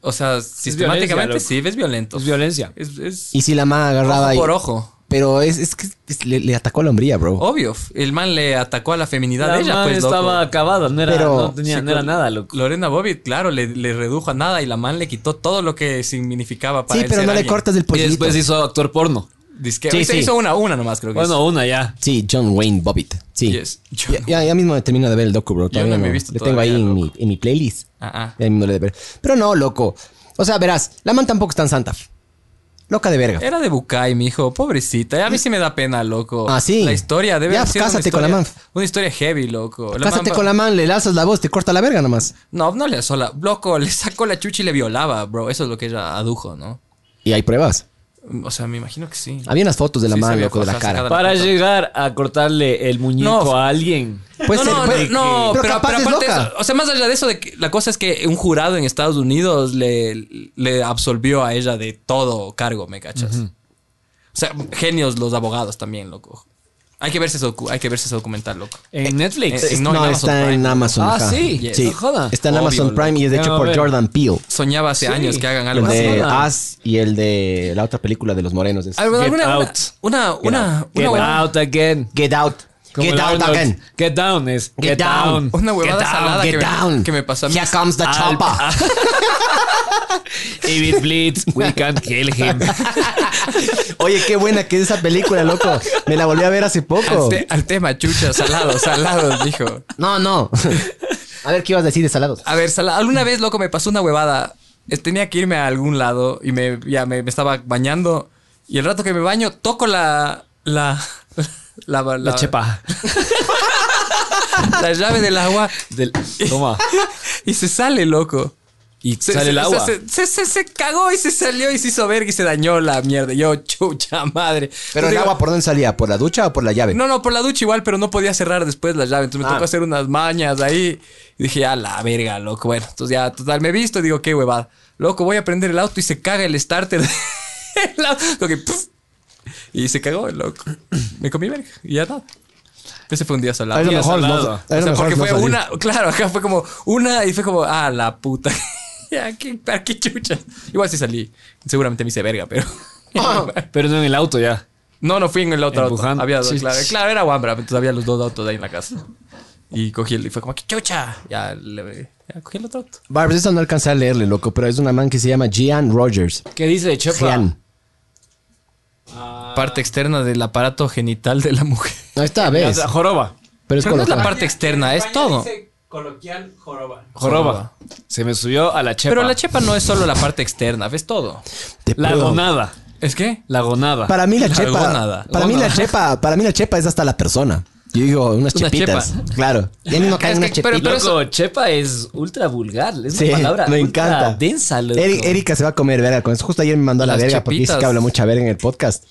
Speaker 1: O sea, sistemáticamente
Speaker 3: loco.
Speaker 1: sí, ves violento.
Speaker 3: Es violencia.
Speaker 1: Es, es
Speaker 2: Y si la man agarraba
Speaker 1: ojo
Speaker 2: ahí.
Speaker 1: por ojo.
Speaker 2: Pero es, es que es- le, le atacó la hombría, bro.
Speaker 1: Obvio, el man le atacó a la feminidad
Speaker 3: La
Speaker 1: de ella,
Speaker 3: man
Speaker 1: pues, loco.
Speaker 3: estaba acabada, no era,
Speaker 2: Pero-
Speaker 3: no tenía, no era nada, loco.
Speaker 1: Lorena Bobbitt, claro, le, le redujo a nada y la man le quitó todo lo que significaba para
Speaker 2: sí,
Speaker 1: él
Speaker 2: pero
Speaker 1: ser
Speaker 2: no le
Speaker 1: alguien.
Speaker 2: cortas el
Speaker 3: Y
Speaker 2: pollito.
Speaker 3: después hizo actor porno.
Speaker 1: Disque.
Speaker 2: Sí,
Speaker 1: Hoy se
Speaker 2: sí.
Speaker 1: hizo una, una nomás, creo que
Speaker 3: Bueno, una ya.
Speaker 2: Sí, John Wayne Bobbitt. Sí.
Speaker 1: Yes, John
Speaker 2: ya, ya- ya mismo termino de ver el docu, bro. Todavía
Speaker 1: no me he
Speaker 2: no.
Speaker 1: visto
Speaker 2: Lo tengo ahí
Speaker 1: todavía,
Speaker 2: en mi,
Speaker 1: loco.
Speaker 2: en mi playlist.
Speaker 1: es. Ah, ah.
Speaker 2: Ya mismo lo he de ver. Pero no, loco. O sea, verás, la man tampoco es tan santa. Loca de verga.
Speaker 1: Era de Bucay, mijo. Pobrecita. A mí sí me da pena, loco.
Speaker 2: Ah, sí.
Speaker 1: La historia debe
Speaker 2: Ya,
Speaker 1: haber sido una
Speaker 2: cásate con la
Speaker 1: historia-
Speaker 2: man.
Speaker 1: Una historia heavy, loco.
Speaker 2: Cásate
Speaker 1: man-
Speaker 2: con la man, le lanzas la voz, te corta la verga nomás.
Speaker 1: No, no le sola. Loco, le sacó la chucha y le violaba, bro. Eso es lo que ella adujo, ¿no?
Speaker 2: Y hay pruebas.
Speaker 1: O sea, me imagino que sí.
Speaker 2: Había unas fotos de la
Speaker 1: Sí,
Speaker 2: man,
Speaker 1: se ve,
Speaker 2: loco, de
Speaker 1: o
Speaker 2: la
Speaker 1: sea,
Speaker 2: cara.
Speaker 1: sacada la
Speaker 3: Para
Speaker 1: foto.
Speaker 3: llegar a cortarle el muñeco
Speaker 1: No.
Speaker 3: a alguien.
Speaker 2: Puede
Speaker 1: no,
Speaker 2: ser,
Speaker 1: no,
Speaker 2: puede-
Speaker 1: no,
Speaker 2: pero
Speaker 1: pero, pero,
Speaker 2: capaz es
Speaker 1: aparte
Speaker 2: loca.
Speaker 1: de eso, o sea, más allá de eso, de que la cosa es que un jurado en Estados Unidos le, le absolvió a ella de todo cargo, ¿me cachas? O sea, genios los abogados también, loco. Hay que verse ese, docu- hay que verse ese documental, loco.
Speaker 3: En Netflix.
Speaker 1: Eh, eh,
Speaker 2: no,
Speaker 1: no, en Amazon
Speaker 2: está en
Speaker 1: Prime.
Speaker 2: Amazon.
Speaker 3: Ah,
Speaker 2: ajá.
Speaker 3: sí, no joda.
Speaker 2: Está en
Speaker 1: Obvio,
Speaker 2: Amazon
Speaker 1: loco.
Speaker 2: Prime y es de hecho
Speaker 3: Ya, a
Speaker 2: por
Speaker 3: ver.
Speaker 2: Jordan Peele.
Speaker 1: Soñaba hace años que hagan algo
Speaker 2: El
Speaker 1: así.
Speaker 2: de
Speaker 3: joda.
Speaker 2: As y el de la otra película de los morenos. es-
Speaker 1: Ah, bueno,
Speaker 3: Get
Speaker 1: alguna-
Speaker 3: Out.
Speaker 1: Una, una,
Speaker 3: Get
Speaker 1: una, una,
Speaker 3: out again.
Speaker 2: Get out.
Speaker 3: Como
Speaker 2: get
Speaker 3: el
Speaker 2: out
Speaker 3: Arnold.
Speaker 2: again.
Speaker 3: Get down es.
Speaker 2: Get
Speaker 3: Get,
Speaker 2: down.
Speaker 3: down.
Speaker 1: una huevada
Speaker 3: Get down,
Speaker 1: salada
Speaker 2: Get
Speaker 1: que,
Speaker 2: down.
Speaker 1: Me, que me pasó a mí.
Speaker 2: Here comes the
Speaker 3: Al-
Speaker 2: chopper.
Speaker 3: David Blitz, we can't kill him.
Speaker 2: Oye, qué buena que es esa película, loco. Me la volví a ver hace
Speaker 1: Al,
Speaker 2: poco.
Speaker 1: te- al tema, chucha, salado, salado, dijo.
Speaker 2: No, no. A ver, ¿qué ibas a decir de salados?
Speaker 1: A ver, Sala, alguna vez, loco, me pasó una huevada. Eh, Tenía que irme a algún lado y me, ya me, me estaba bañando. Y el rato que me baño, toco la. La. La, la-
Speaker 3: La chepa.
Speaker 1: la llave del agua
Speaker 3: Del- toma.
Speaker 1: y se sale, loco.
Speaker 3: Y
Speaker 1: Se-
Speaker 3: sale
Speaker 1: se-
Speaker 3: el
Speaker 1: o sea,
Speaker 3: agua.
Speaker 1: Se, se- se- se cagó y se salió y se hizo verga y se dañó la mierda. Yo, chucha madre.
Speaker 2: Pero
Speaker 1: Entonces
Speaker 2: el
Speaker 1: digo,
Speaker 2: agua, ¿por dónde salía? ¿Por la ducha o por la llave?
Speaker 1: No, no, por la ducha igual, pero no podía cerrar después la llave. Entonces me
Speaker 2: Ah.
Speaker 1: tocó hacer unas mañas ahí. Y dije, a la verga, loco. Bueno, entonces ya, total, me he visto y digo, qué huevada. Loco, voy a prender el auto y se caga el starter. del auto. Lo que, puf. y se cagó, loco. Me comí verga y ya nada. Ese fue un día solado.
Speaker 2: Es lo
Speaker 1: Día
Speaker 2: mejor,
Speaker 1: solado.
Speaker 2: no-
Speaker 1: o
Speaker 2: es lo
Speaker 1: sea,
Speaker 2: mejor
Speaker 1: porque
Speaker 2: no
Speaker 1: fue
Speaker 2: salir.
Speaker 1: una, claro, acá fue como una y fue como, ah, la puta. ya, qué, para qué chucha. Igual sí salí. Seguramente me hice verga, pero.
Speaker 2: Ah.
Speaker 3: Pero no en el auto ya.
Speaker 1: No, no fui en el otro auto.
Speaker 3: Empujando.
Speaker 1: Había dos,
Speaker 3: Sí.
Speaker 1: claro. Claro, era Wambra, entonces había los dos autos ahí en la casa. Y cogí el y fue como, ¡qué chucha! Ya, le, ya cogí el otro auto.
Speaker 2: Barbs, esa pues no alcancé a leerle, loco, pero es una man que se llama Gian Rogers.
Speaker 3: ¿Qué dice de chepa?
Speaker 2: Gian.
Speaker 1: Parte externa del aparato genital de la mujer.
Speaker 2: Ahí está,
Speaker 3: La
Speaker 2: ¿ves?
Speaker 3: otra- joroba.
Speaker 2: Pero es
Speaker 1: Pero no es la
Speaker 2: colocado.
Speaker 1: parte externa, es todo.
Speaker 4: coloquial joroba.
Speaker 3: Joroba. Se me subió a la chepa.
Speaker 1: Pero la chepa no es solo la parte externa, ves todo.
Speaker 2: Te
Speaker 3: La
Speaker 2: puedo-
Speaker 3: gonada.
Speaker 1: ¿Es qué?
Speaker 3: La gonada.
Speaker 2: Para mí la,
Speaker 1: La
Speaker 2: chepa.
Speaker 1: gónada.
Speaker 2: Para mí la
Speaker 1: Gónada.
Speaker 2: chepa. Para mí la chepa es hasta la persona. Yo digo unas
Speaker 1: Una
Speaker 2: chepitas. Claro. Ya no caen
Speaker 1: Es
Speaker 2: unas
Speaker 1: que- pero-
Speaker 2: chepitas.
Speaker 3: Y
Speaker 1: pero
Speaker 3: loco,
Speaker 1: eso-
Speaker 3: chepa es ultra vulgar. Es
Speaker 2: Sí,
Speaker 3: una palabra
Speaker 2: me
Speaker 3: ultra
Speaker 2: encanta.
Speaker 3: densa, loco.
Speaker 2: Eri- Erika se va a comer verga con eso. Justo ayer me mandó a la
Speaker 1: Las
Speaker 2: verga porque dice que
Speaker 1: chepitas.
Speaker 2: habla mucha verga en el podcast.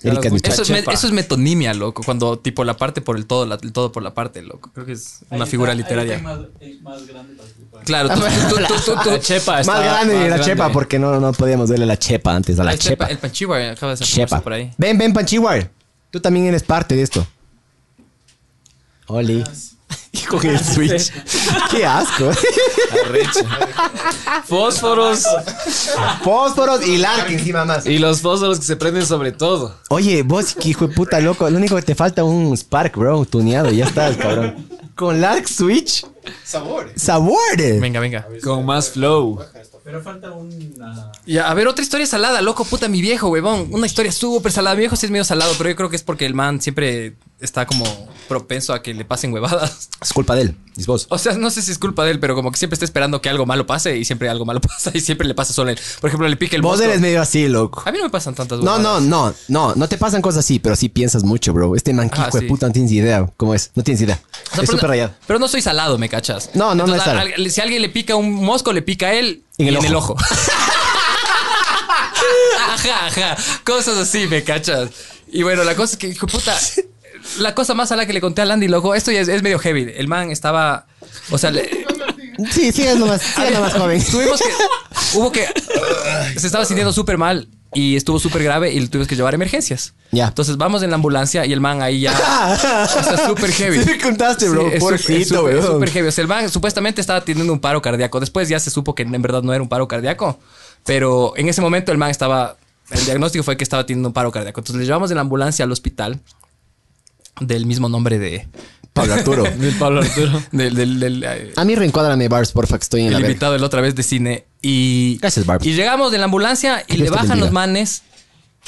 Speaker 2: Erika es mi
Speaker 1: eso, es me-
Speaker 3: chepa.
Speaker 1: eso es metonimia, loco. Cuando tipo la parte por el todo, la- el todo por la parte, loco. Creo que es una figura literaria.
Speaker 4: Es más grande para tu padre.
Speaker 1: Claro, tú, tú- tú- tú- tú-
Speaker 3: La chepa
Speaker 2: Más
Speaker 3: está
Speaker 2: grande
Speaker 3: más
Speaker 2: la chepa porque no, no podíamos verle la chepa antes a la
Speaker 1: Ah, el chepa-
Speaker 2: chepa.
Speaker 1: El panchiwa eh, acaba de ser
Speaker 2: chepa.
Speaker 1: famoso por ahí.
Speaker 2: Ven, ven, Panchiwar. Tú también eres parte de esto. Oli. Hijo el Switch. Qué asco.
Speaker 3: Fósforos.
Speaker 2: Fósforos y Lark encima más.
Speaker 3: y los fósforos que se prenden sobre todo.
Speaker 2: Oye, vos, que hijo de puta loco, lo único que te falta es un Spark, bro, tuneado, ya estás, cabrón. Con Lark Switch,
Speaker 5: Sabor.
Speaker 2: sabor.
Speaker 1: Venga, venga.
Speaker 3: Con más flow.
Speaker 4: Pero falta una.
Speaker 1: Ya, a ver, otra historia salada, loco, puta, mi viejo, huevón. Una historia súper salada. Mi viejo sí es medio salado, pero yo creo que es porque el man siempre está como propenso a que le pasen huevadas.
Speaker 2: Es culpa de él, es vos.
Speaker 1: O sea, no sé si es culpa de él, pero como que siempre está esperando que algo malo pase y siempre algo malo pasa y siempre le pasa solo a él. Por ejemplo, le pica el
Speaker 2: Vos
Speaker 1: mosco.
Speaker 2: eres medio así, loco.
Speaker 1: A mí no me pasan tantas
Speaker 2: No,
Speaker 1: huevadas.
Speaker 2: no, no, no, no te pasan cosas así, pero sí piensas mucho, bro. Este man, que
Speaker 1: Ah,
Speaker 2: hijo de
Speaker 1: sí.
Speaker 2: puta, no tienes idea cómo es, no tienes idea.
Speaker 1: O sea,
Speaker 2: es
Speaker 1: pero,
Speaker 2: súper
Speaker 1: no,
Speaker 2: rayado.
Speaker 1: pero no soy salado, ¿me cachas?
Speaker 2: No, no, no es salado.
Speaker 1: al- si a alguien le pica un mosco, le pica a él
Speaker 2: En el
Speaker 1: y
Speaker 2: ojo.
Speaker 1: ajá, ajá. Cosas así, ¿me cachas? Y bueno, la cosa es que, hijo de puta, la cosa más salada que le conté a Landy, loco, esto ya es, es medio heavy. El man estaba... O sea, le-
Speaker 2: Sí, sí, es nomás, sí, es nomás joven.
Speaker 1: tuvimos que... Hubo que... Se estaba sintiendo súper mal y estuvo súper grave y lo tuvimos que llevar a emergencias.
Speaker 2: Ya.
Speaker 1: Entonces vamos en la ambulancia y el man ahí ya... o sea, súper heavy.
Speaker 2: Sí me contaste,
Speaker 1: Sí,
Speaker 2: bro,
Speaker 1: es súper- es
Speaker 2: pobrecito,
Speaker 1: súper- es
Speaker 2: weón.
Speaker 1: súper heavy. O sea, el man supuestamente estaba teniendo un paro cardíaco. Después ya se supo que en verdad no era un paro cardíaco. Pero en ese momento el man estaba. El diagnóstico fue que estaba teniendo un paro cardíaco. Entonces le llevamos en la ambulancia al hospital del mismo nombre de.
Speaker 2: Pablo Arturo.
Speaker 3: Del Pablo Arturo.
Speaker 1: Del, del- del, eh,
Speaker 2: A mí reencuádrame, Bars, porfa, que estoy en
Speaker 1: el
Speaker 2: la verga.
Speaker 1: invitado de la otra vez de cine. Y.
Speaker 2: Gracias, Barb.
Speaker 1: Y llegamos de la ambulancia y
Speaker 2: Dios
Speaker 1: le
Speaker 2: te
Speaker 1: bajan
Speaker 2: bendiga.
Speaker 1: los manes.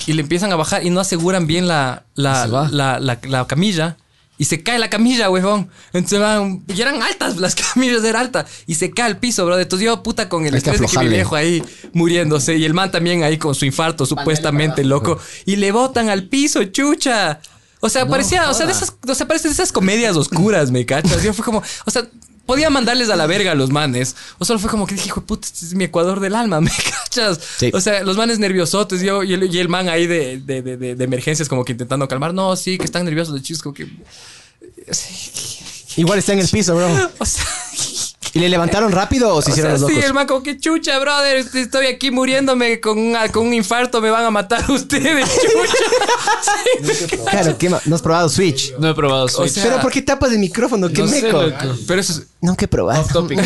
Speaker 1: y le empiezan a bajar y no aseguran bien la, la,
Speaker 3: Se va.
Speaker 1: la, la- la camilla. Y se cae la camilla, huevón. Entonces van. Y eran altas, las camillas eran altas. Y se cae al piso, brother. Entonces yo, puta, con el
Speaker 2: Hay que
Speaker 1: estrés de que mi
Speaker 2: aflojarle.
Speaker 1: viejo ahí muriéndose. Y el man también ahí con su infarto, supuestamente, loco. Y le botan al piso, chucha. O sea, parecía. O sea, de esas, o sea, parece de esas comedias oscuras, me cachas. Yo fue como. O sea. Podía mandarles a la verga a los manes. O solo fue como que dije, hijo de puta, este es mi Ecuador del alma, ¿me cachas?
Speaker 2: Sí.
Speaker 1: O sea, sea, los manes nerviosotes yo, y, el, y el man ahí de, de- de- de- de emergencias como que intentando calmar. No, sí, que están nerviosos de chicos como que...
Speaker 2: Igual está en el piso, bro.
Speaker 1: O sea,
Speaker 2: ¿Y le levantaron rápido o se
Speaker 1: o
Speaker 2: hicieron
Speaker 1: sea,
Speaker 2: los
Speaker 1: sí,
Speaker 2: locos?
Speaker 1: el man como que chucha, brother. este, Estoy aquí muriéndome con, una- con un infarto. Me van a matar ustedes, chucha. Sí.
Speaker 2: Claro, ¿qué ma- no has probado Switch.
Speaker 3: No he probado
Speaker 1: O
Speaker 3: Switch.
Speaker 1: sea,
Speaker 2: Pero ¿por qué tapas el micrófono? ¡Qué
Speaker 3: no sé,
Speaker 2: meco!
Speaker 3: loco.
Speaker 1: Pero eso, es-
Speaker 2: Nunca he probado.
Speaker 3: Off topic.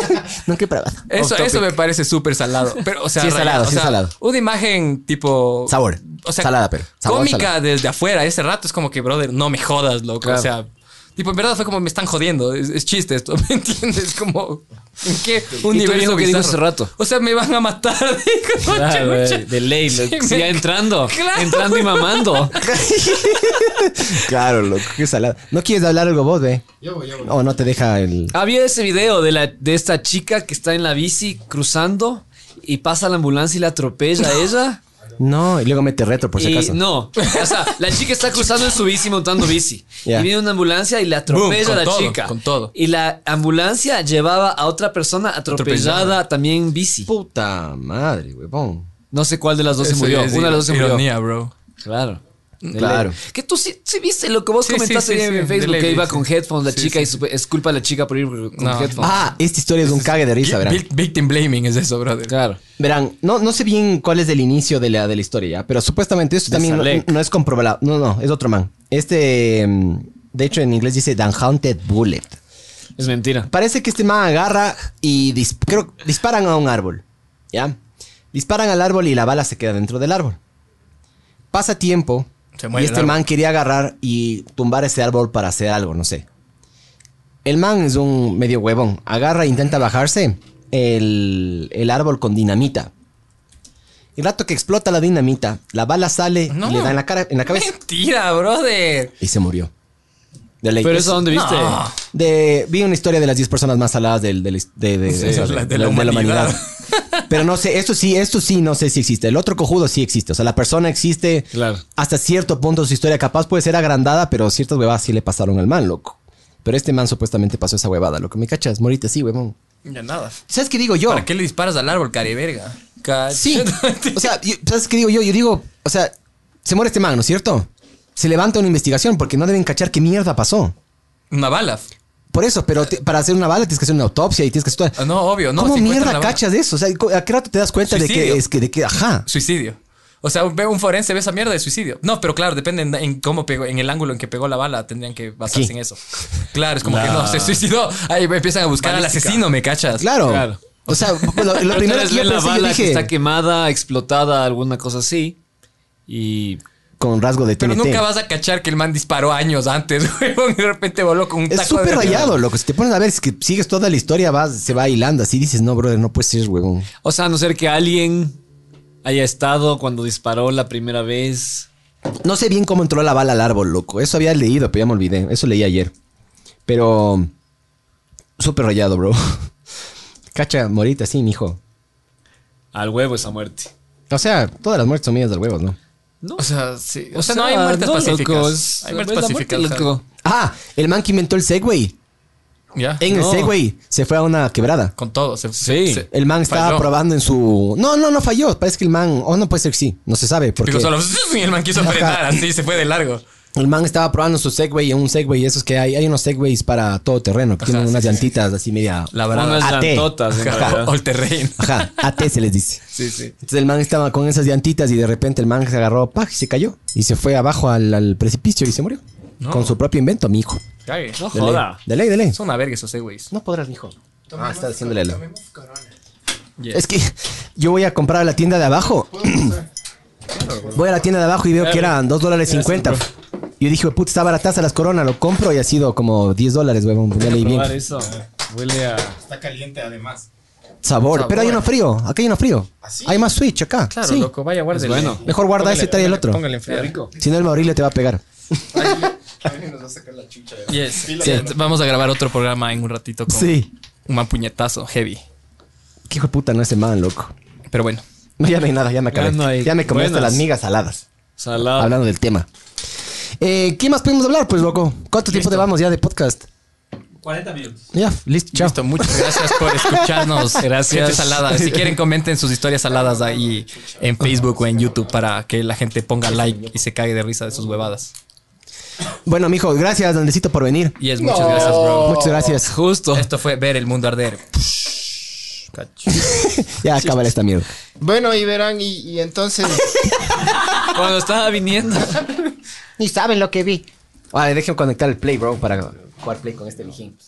Speaker 2: Nunca he probado.
Speaker 1: eso,
Speaker 3: Off topic.
Speaker 1: eso me parece súper salado. Pero, o sea,
Speaker 2: Sí es salado,
Speaker 1: rayado, o
Speaker 2: sí es
Speaker 1: sea,
Speaker 2: salado.
Speaker 1: Una imagen tipo.
Speaker 2: Sabor.
Speaker 1: O sea,
Speaker 2: Salada, pero. Sabor,
Speaker 1: cómica
Speaker 2: salada.
Speaker 1: desde afuera. Ese rato es como que, brother, no me jodas, loco. O sea, tipo, en verdad fue como me están jodiendo. Es, es chiste esto, ¿me entiendes? Como. ¿En qué
Speaker 3: tú
Speaker 1: universo
Speaker 3: mismo que dijo
Speaker 1: bizarro?
Speaker 3: hace rato.
Speaker 1: O sea, me van a matar. dijo,
Speaker 3: Claro,
Speaker 1: "Oye,
Speaker 3: de,
Speaker 1: mucha-".
Speaker 3: de ley,
Speaker 1: Sí,
Speaker 3: loco.
Speaker 1: me-
Speaker 3: ya entrando,
Speaker 1: Claro.
Speaker 3: entrando y mamando.
Speaker 2: Claro, loco, qué salado. ¿No quieres hablar algo vos, ve?
Speaker 6: Yo voy, yo voy.
Speaker 2: O no te deja el.
Speaker 3: Había ese video de, la, de esta chica que está en la bici cruzando y pasa la ambulancia y la atropella a ella.
Speaker 2: No, y luego mete retro por si
Speaker 3: Y
Speaker 2: acaso.
Speaker 3: No, o sea, la chica está cruzando en su bici, montando bici.
Speaker 2: Ya.
Speaker 3: Y viene una ambulancia y la
Speaker 1: Boom,
Speaker 3: atropella
Speaker 1: con
Speaker 3: a la
Speaker 1: todo,
Speaker 3: chica.
Speaker 1: con todo.
Speaker 3: Y la ambulancia llevaba a otra persona atropellada,
Speaker 1: Atropellada.
Speaker 3: también en bici.
Speaker 2: Puta madre, huevón.
Speaker 3: No sé cuál de las dos
Speaker 1: Eso
Speaker 3: se murió.
Speaker 1: es
Speaker 3: Una de las dos se murió.
Speaker 1: Ironía, bro.
Speaker 3: Claro. De
Speaker 2: Mm, Claro.
Speaker 3: ley. Que tú sí, sí viste lo que vos
Speaker 1: Sí,
Speaker 3: comentaste
Speaker 1: sí, sí,
Speaker 3: en
Speaker 1: sí,
Speaker 3: Facebook,
Speaker 1: de ley,
Speaker 3: que iba
Speaker 1: sí.
Speaker 3: con headphones la
Speaker 1: Sí,
Speaker 3: chica
Speaker 1: sí,
Speaker 3: y supe- es culpa de la chica por ir con
Speaker 1: No.
Speaker 3: headphones.
Speaker 2: Ah, esta historia es un cague de risa, verán.
Speaker 1: Vic- Victim blaming es eso, brother.
Speaker 3: Claro.
Speaker 2: Verán, no, no sé bien cuál es el inicio de la, de la historia ya, pero supuestamente esto
Speaker 3: De
Speaker 2: también no,
Speaker 3: Salek.
Speaker 2: no es comprobado. No, no, es otro man. Este, mm, de hecho, en inglés dice The Haunted Bullet.
Speaker 3: Es mentira.
Speaker 2: Parece que este man agarra y dis- creo, disparan a un árbol. ¿Ya? Disparan al árbol y la bala se queda dentro del árbol. Pasa tiempo
Speaker 1: Se
Speaker 2: y
Speaker 1: muere el
Speaker 2: este
Speaker 1: árbol.
Speaker 2: man quería agarrar y tumbar ese árbol para hacer algo, no sé. El man es un medio huevón. Agarra e intenta bajarse el, el árbol con dinamita. El rato que explota la dinamita, la bala sale
Speaker 1: No.
Speaker 2: y le da en la, cara, en la cabeza
Speaker 1: Mentira, brother.
Speaker 2: y se murió. De ley.
Speaker 3: Pero eso ¿dónde viste?
Speaker 1: No.
Speaker 2: De- vi una historia de las 10 personas más saladas del, del- de, de- de-
Speaker 1: la- de la
Speaker 2: Pero no sé, esto sí, esto sí, no sé si existe. El otro cojudo sí existe. O sea, la persona existe
Speaker 3: Claro.
Speaker 2: hasta cierto punto su historia. Capaz puede ser agrandada, pero ciertas huevadas sí le pasaron al man, loco. Pero este man supuestamente pasó esa huevada, loco. ¿Me cachas? Morite sí, huevón.
Speaker 1: Ya nada.
Speaker 2: ¿Sabes qué digo yo?
Speaker 1: ¿Para qué le disparas al árbol, careverga?
Speaker 2: Sí. o sea, yo- ¿sabes qué digo yo? Yo digo, o sea, se muere este man, ¿no es cierto? Se levanta una investigación porque no deben cachar qué mierda pasó.
Speaker 1: Una bala.
Speaker 2: Por eso, pero te- para hacer una bala tienes que hacer una autopsia y tienes que estudiar.
Speaker 1: Ah, no, obvio, no,
Speaker 2: ¿Cómo
Speaker 1: si encuentran
Speaker 2: mierda
Speaker 1: la bala.
Speaker 2: cachas de eso? O sea, ¿cu- ¿a qué rato te das cuenta de que
Speaker 1: Suicidio.
Speaker 2: es que de que ajá?
Speaker 1: Suicidio. O sea, ve un forense ve esa mierda de suicidio. No, pero claro, depende en, en cómo pegó, en el ángulo en que pegó la bala, tendrían que basarse
Speaker 2: Aquí.
Speaker 1: en eso. Claro, es como que no, se suicidó. Ahí empiezan a buscar al asesino, me cachas.
Speaker 2: Claro.
Speaker 3: Claro.
Speaker 2: O sea, bueno, lo,
Speaker 3: Pero
Speaker 2: primero
Speaker 3: tal
Speaker 2: que yo
Speaker 3: vez ven la
Speaker 2: pensé, yo
Speaker 3: bala que
Speaker 2: dije
Speaker 3: está quemada, explotada, alguna cosa así. Y
Speaker 2: con rasgo de
Speaker 1: Pero
Speaker 2: TNT.
Speaker 1: nunca vas a cachar que el man disparó años antes, huevón, y de repente voló con un taco
Speaker 2: es súper
Speaker 1: de
Speaker 2: rayado, loco. Si te pones a ver, es que sigues toda la historia, vas, se va hilando. Así dices, no, brother, no puede ser, huevón.
Speaker 3: O sea, a no ser que alguien haya estado cuando disparó la primera vez.
Speaker 2: No sé bien cómo entró la bala al árbol, loco. Eso había leído, pero ya me olvidé. Eso leí ayer. Pero. Súper rayado, bro. Cacha, morita, sí, mijo.
Speaker 3: Al huevo esa muerte.
Speaker 2: O sea, todas las muertes son mías del huevo, ¿no?
Speaker 3: No.
Speaker 1: O sea, sí. O, sea, no hay muertes
Speaker 3: no,
Speaker 1: pacíficas.
Speaker 3: loco, es-
Speaker 1: hay muertes
Speaker 3: es la
Speaker 1: pacíficas.
Speaker 3: muerte,
Speaker 1: o sea,
Speaker 3: loco.
Speaker 2: Ah, el man que inventó el Segway.
Speaker 1: Ya.
Speaker 2: En
Speaker 3: No.
Speaker 2: el Segway se fue a una quebrada.
Speaker 1: Con todo. se-
Speaker 3: Sí.
Speaker 1: se-
Speaker 2: El man estaba
Speaker 1: falló.
Speaker 2: probando en su. No, no, no falló. Parece que el man. Oh, no puede ser que sí. No se sabe. Porque
Speaker 1: Dijo solo, y el man quiso
Speaker 2: Ajá.
Speaker 1: frenar, así se fue de largo.
Speaker 2: el man estaba probando su Segway. Un Segway, esos que hay. Hay unos Segways para todo terreno. Que
Speaker 1: Ajá,
Speaker 2: tienen
Speaker 1: sí,
Speaker 2: unas
Speaker 1: sí,
Speaker 2: llantitas así media.
Speaker 1: Labradas.
Speaker 3: Unas
Speaker 2: AT.
Speaker 3: llantotas, en
Speaker 1: Ajá,
Speaker 3: realidad.
Speaker 1: O el terreno.
Speaker 2: Ajá, AT se les dice.
Speaker 1: Sí, sí.
Speaker 2: Entonces el man estaba con esas llantitas y de repente el man se agarró, ¡paj! y se cayó. Y se fue abajo al, al precipicio y se murió.
Speaker 1: No.
Speaker 2: Con su propio invento, mi hijo.
Speaker 1: Cague.
Speaker 3: No
Speaker 2: De ley.
Speaker 3: joda.
Speaker 2: De ley, de ley.
Speaker 1: Son una verga esos güeyes.
Speaker 2: No podrás, mijo. Ah, está haciéndole la-
Speaker 6: Tomemos corona.
Speaker 2: Es que yo voy a comprar a la tienda de abajo. voy a la tienda de abajo y veo que eran 2 dólares 50. Yo dije, puta, está barataza las coronas, lo compro y ha sido como 10 dólares, huevón. Ya leí bien.
Speaker 3: Probar eso. Huele a.
Speaker 6: Está caliente además.
Speaker 2: sabor.
Speaker 1: Sabor.
Speaker 2: Pero hay uno frío. Acá hay uno frío.
Speaker 5: ¿Así?
Speaker 2: Hay más Switch acá.
Speaker 1: Claro,
Speaker 2: sí.
Speaker 1: loco, vaya, guárdele.
Speaker 3: bueno.
Speaker 2: Mejor guarda ese y trae el otro.
Speaker 1: Póngale en frío.
Speaker 2: Si no, el Maurilio te va a pegar.
Speaker 5: nos va a sacar la chucha.
Speaker 1: Yes. Sí, Vamos a grabar otro programa en un ratito con
Speaker 2: Sí.
Speaker 1: un man puñetazo heavy.
Speaker 2: Qué hijo de puta no ese man, loco.
Speaker 1: Pero bueno.
Speaker 2: No, ya no hay nada, ya me acabé.
Speaker 3: Ya no hay-
Speaker 2: ya me comí hasta
Speaker 3: buenas.
Speaker 2: las migas saladas.
Speaker 1: Ah.
Speaker 3: Salado.
Speaker 2: Hablando del tema. Eh, ¿Qué más podemos hablar, pues, loco? ¿Cuánto tiempo llevamos ya de podcast?
Speaker 4: 40 minutos.
Speaker 2: Ya, listo, chao.
Speaker 1: Listo, muchas gracias por escucharnos. Gracias. Salada. Si quieren, comenten sus historias saladas ahí en Facebook o en YouTube para que la gente ponga like y se caiga de risa de sus huevadas.
Speaker 2: Bueno, mijo, gracias, Andesito, por venir.
Speaker 1: Y es muchas gracias, bro.
Speaker 2: Muchas gracias.
Speaker 3: Justo.
Speaker 1: Esto fue ver el mundo arder. Cacho.
Speaker 2: Ya acaba esta mierda.
Speaker 6: Bueno, y verán, y, y entonces.
Speaker 3: Cuando estaba viniendo.
Speaker 2: Ni saben lo que vi. Vale, dejen conectar el play, bro, para jugar play con este mijín.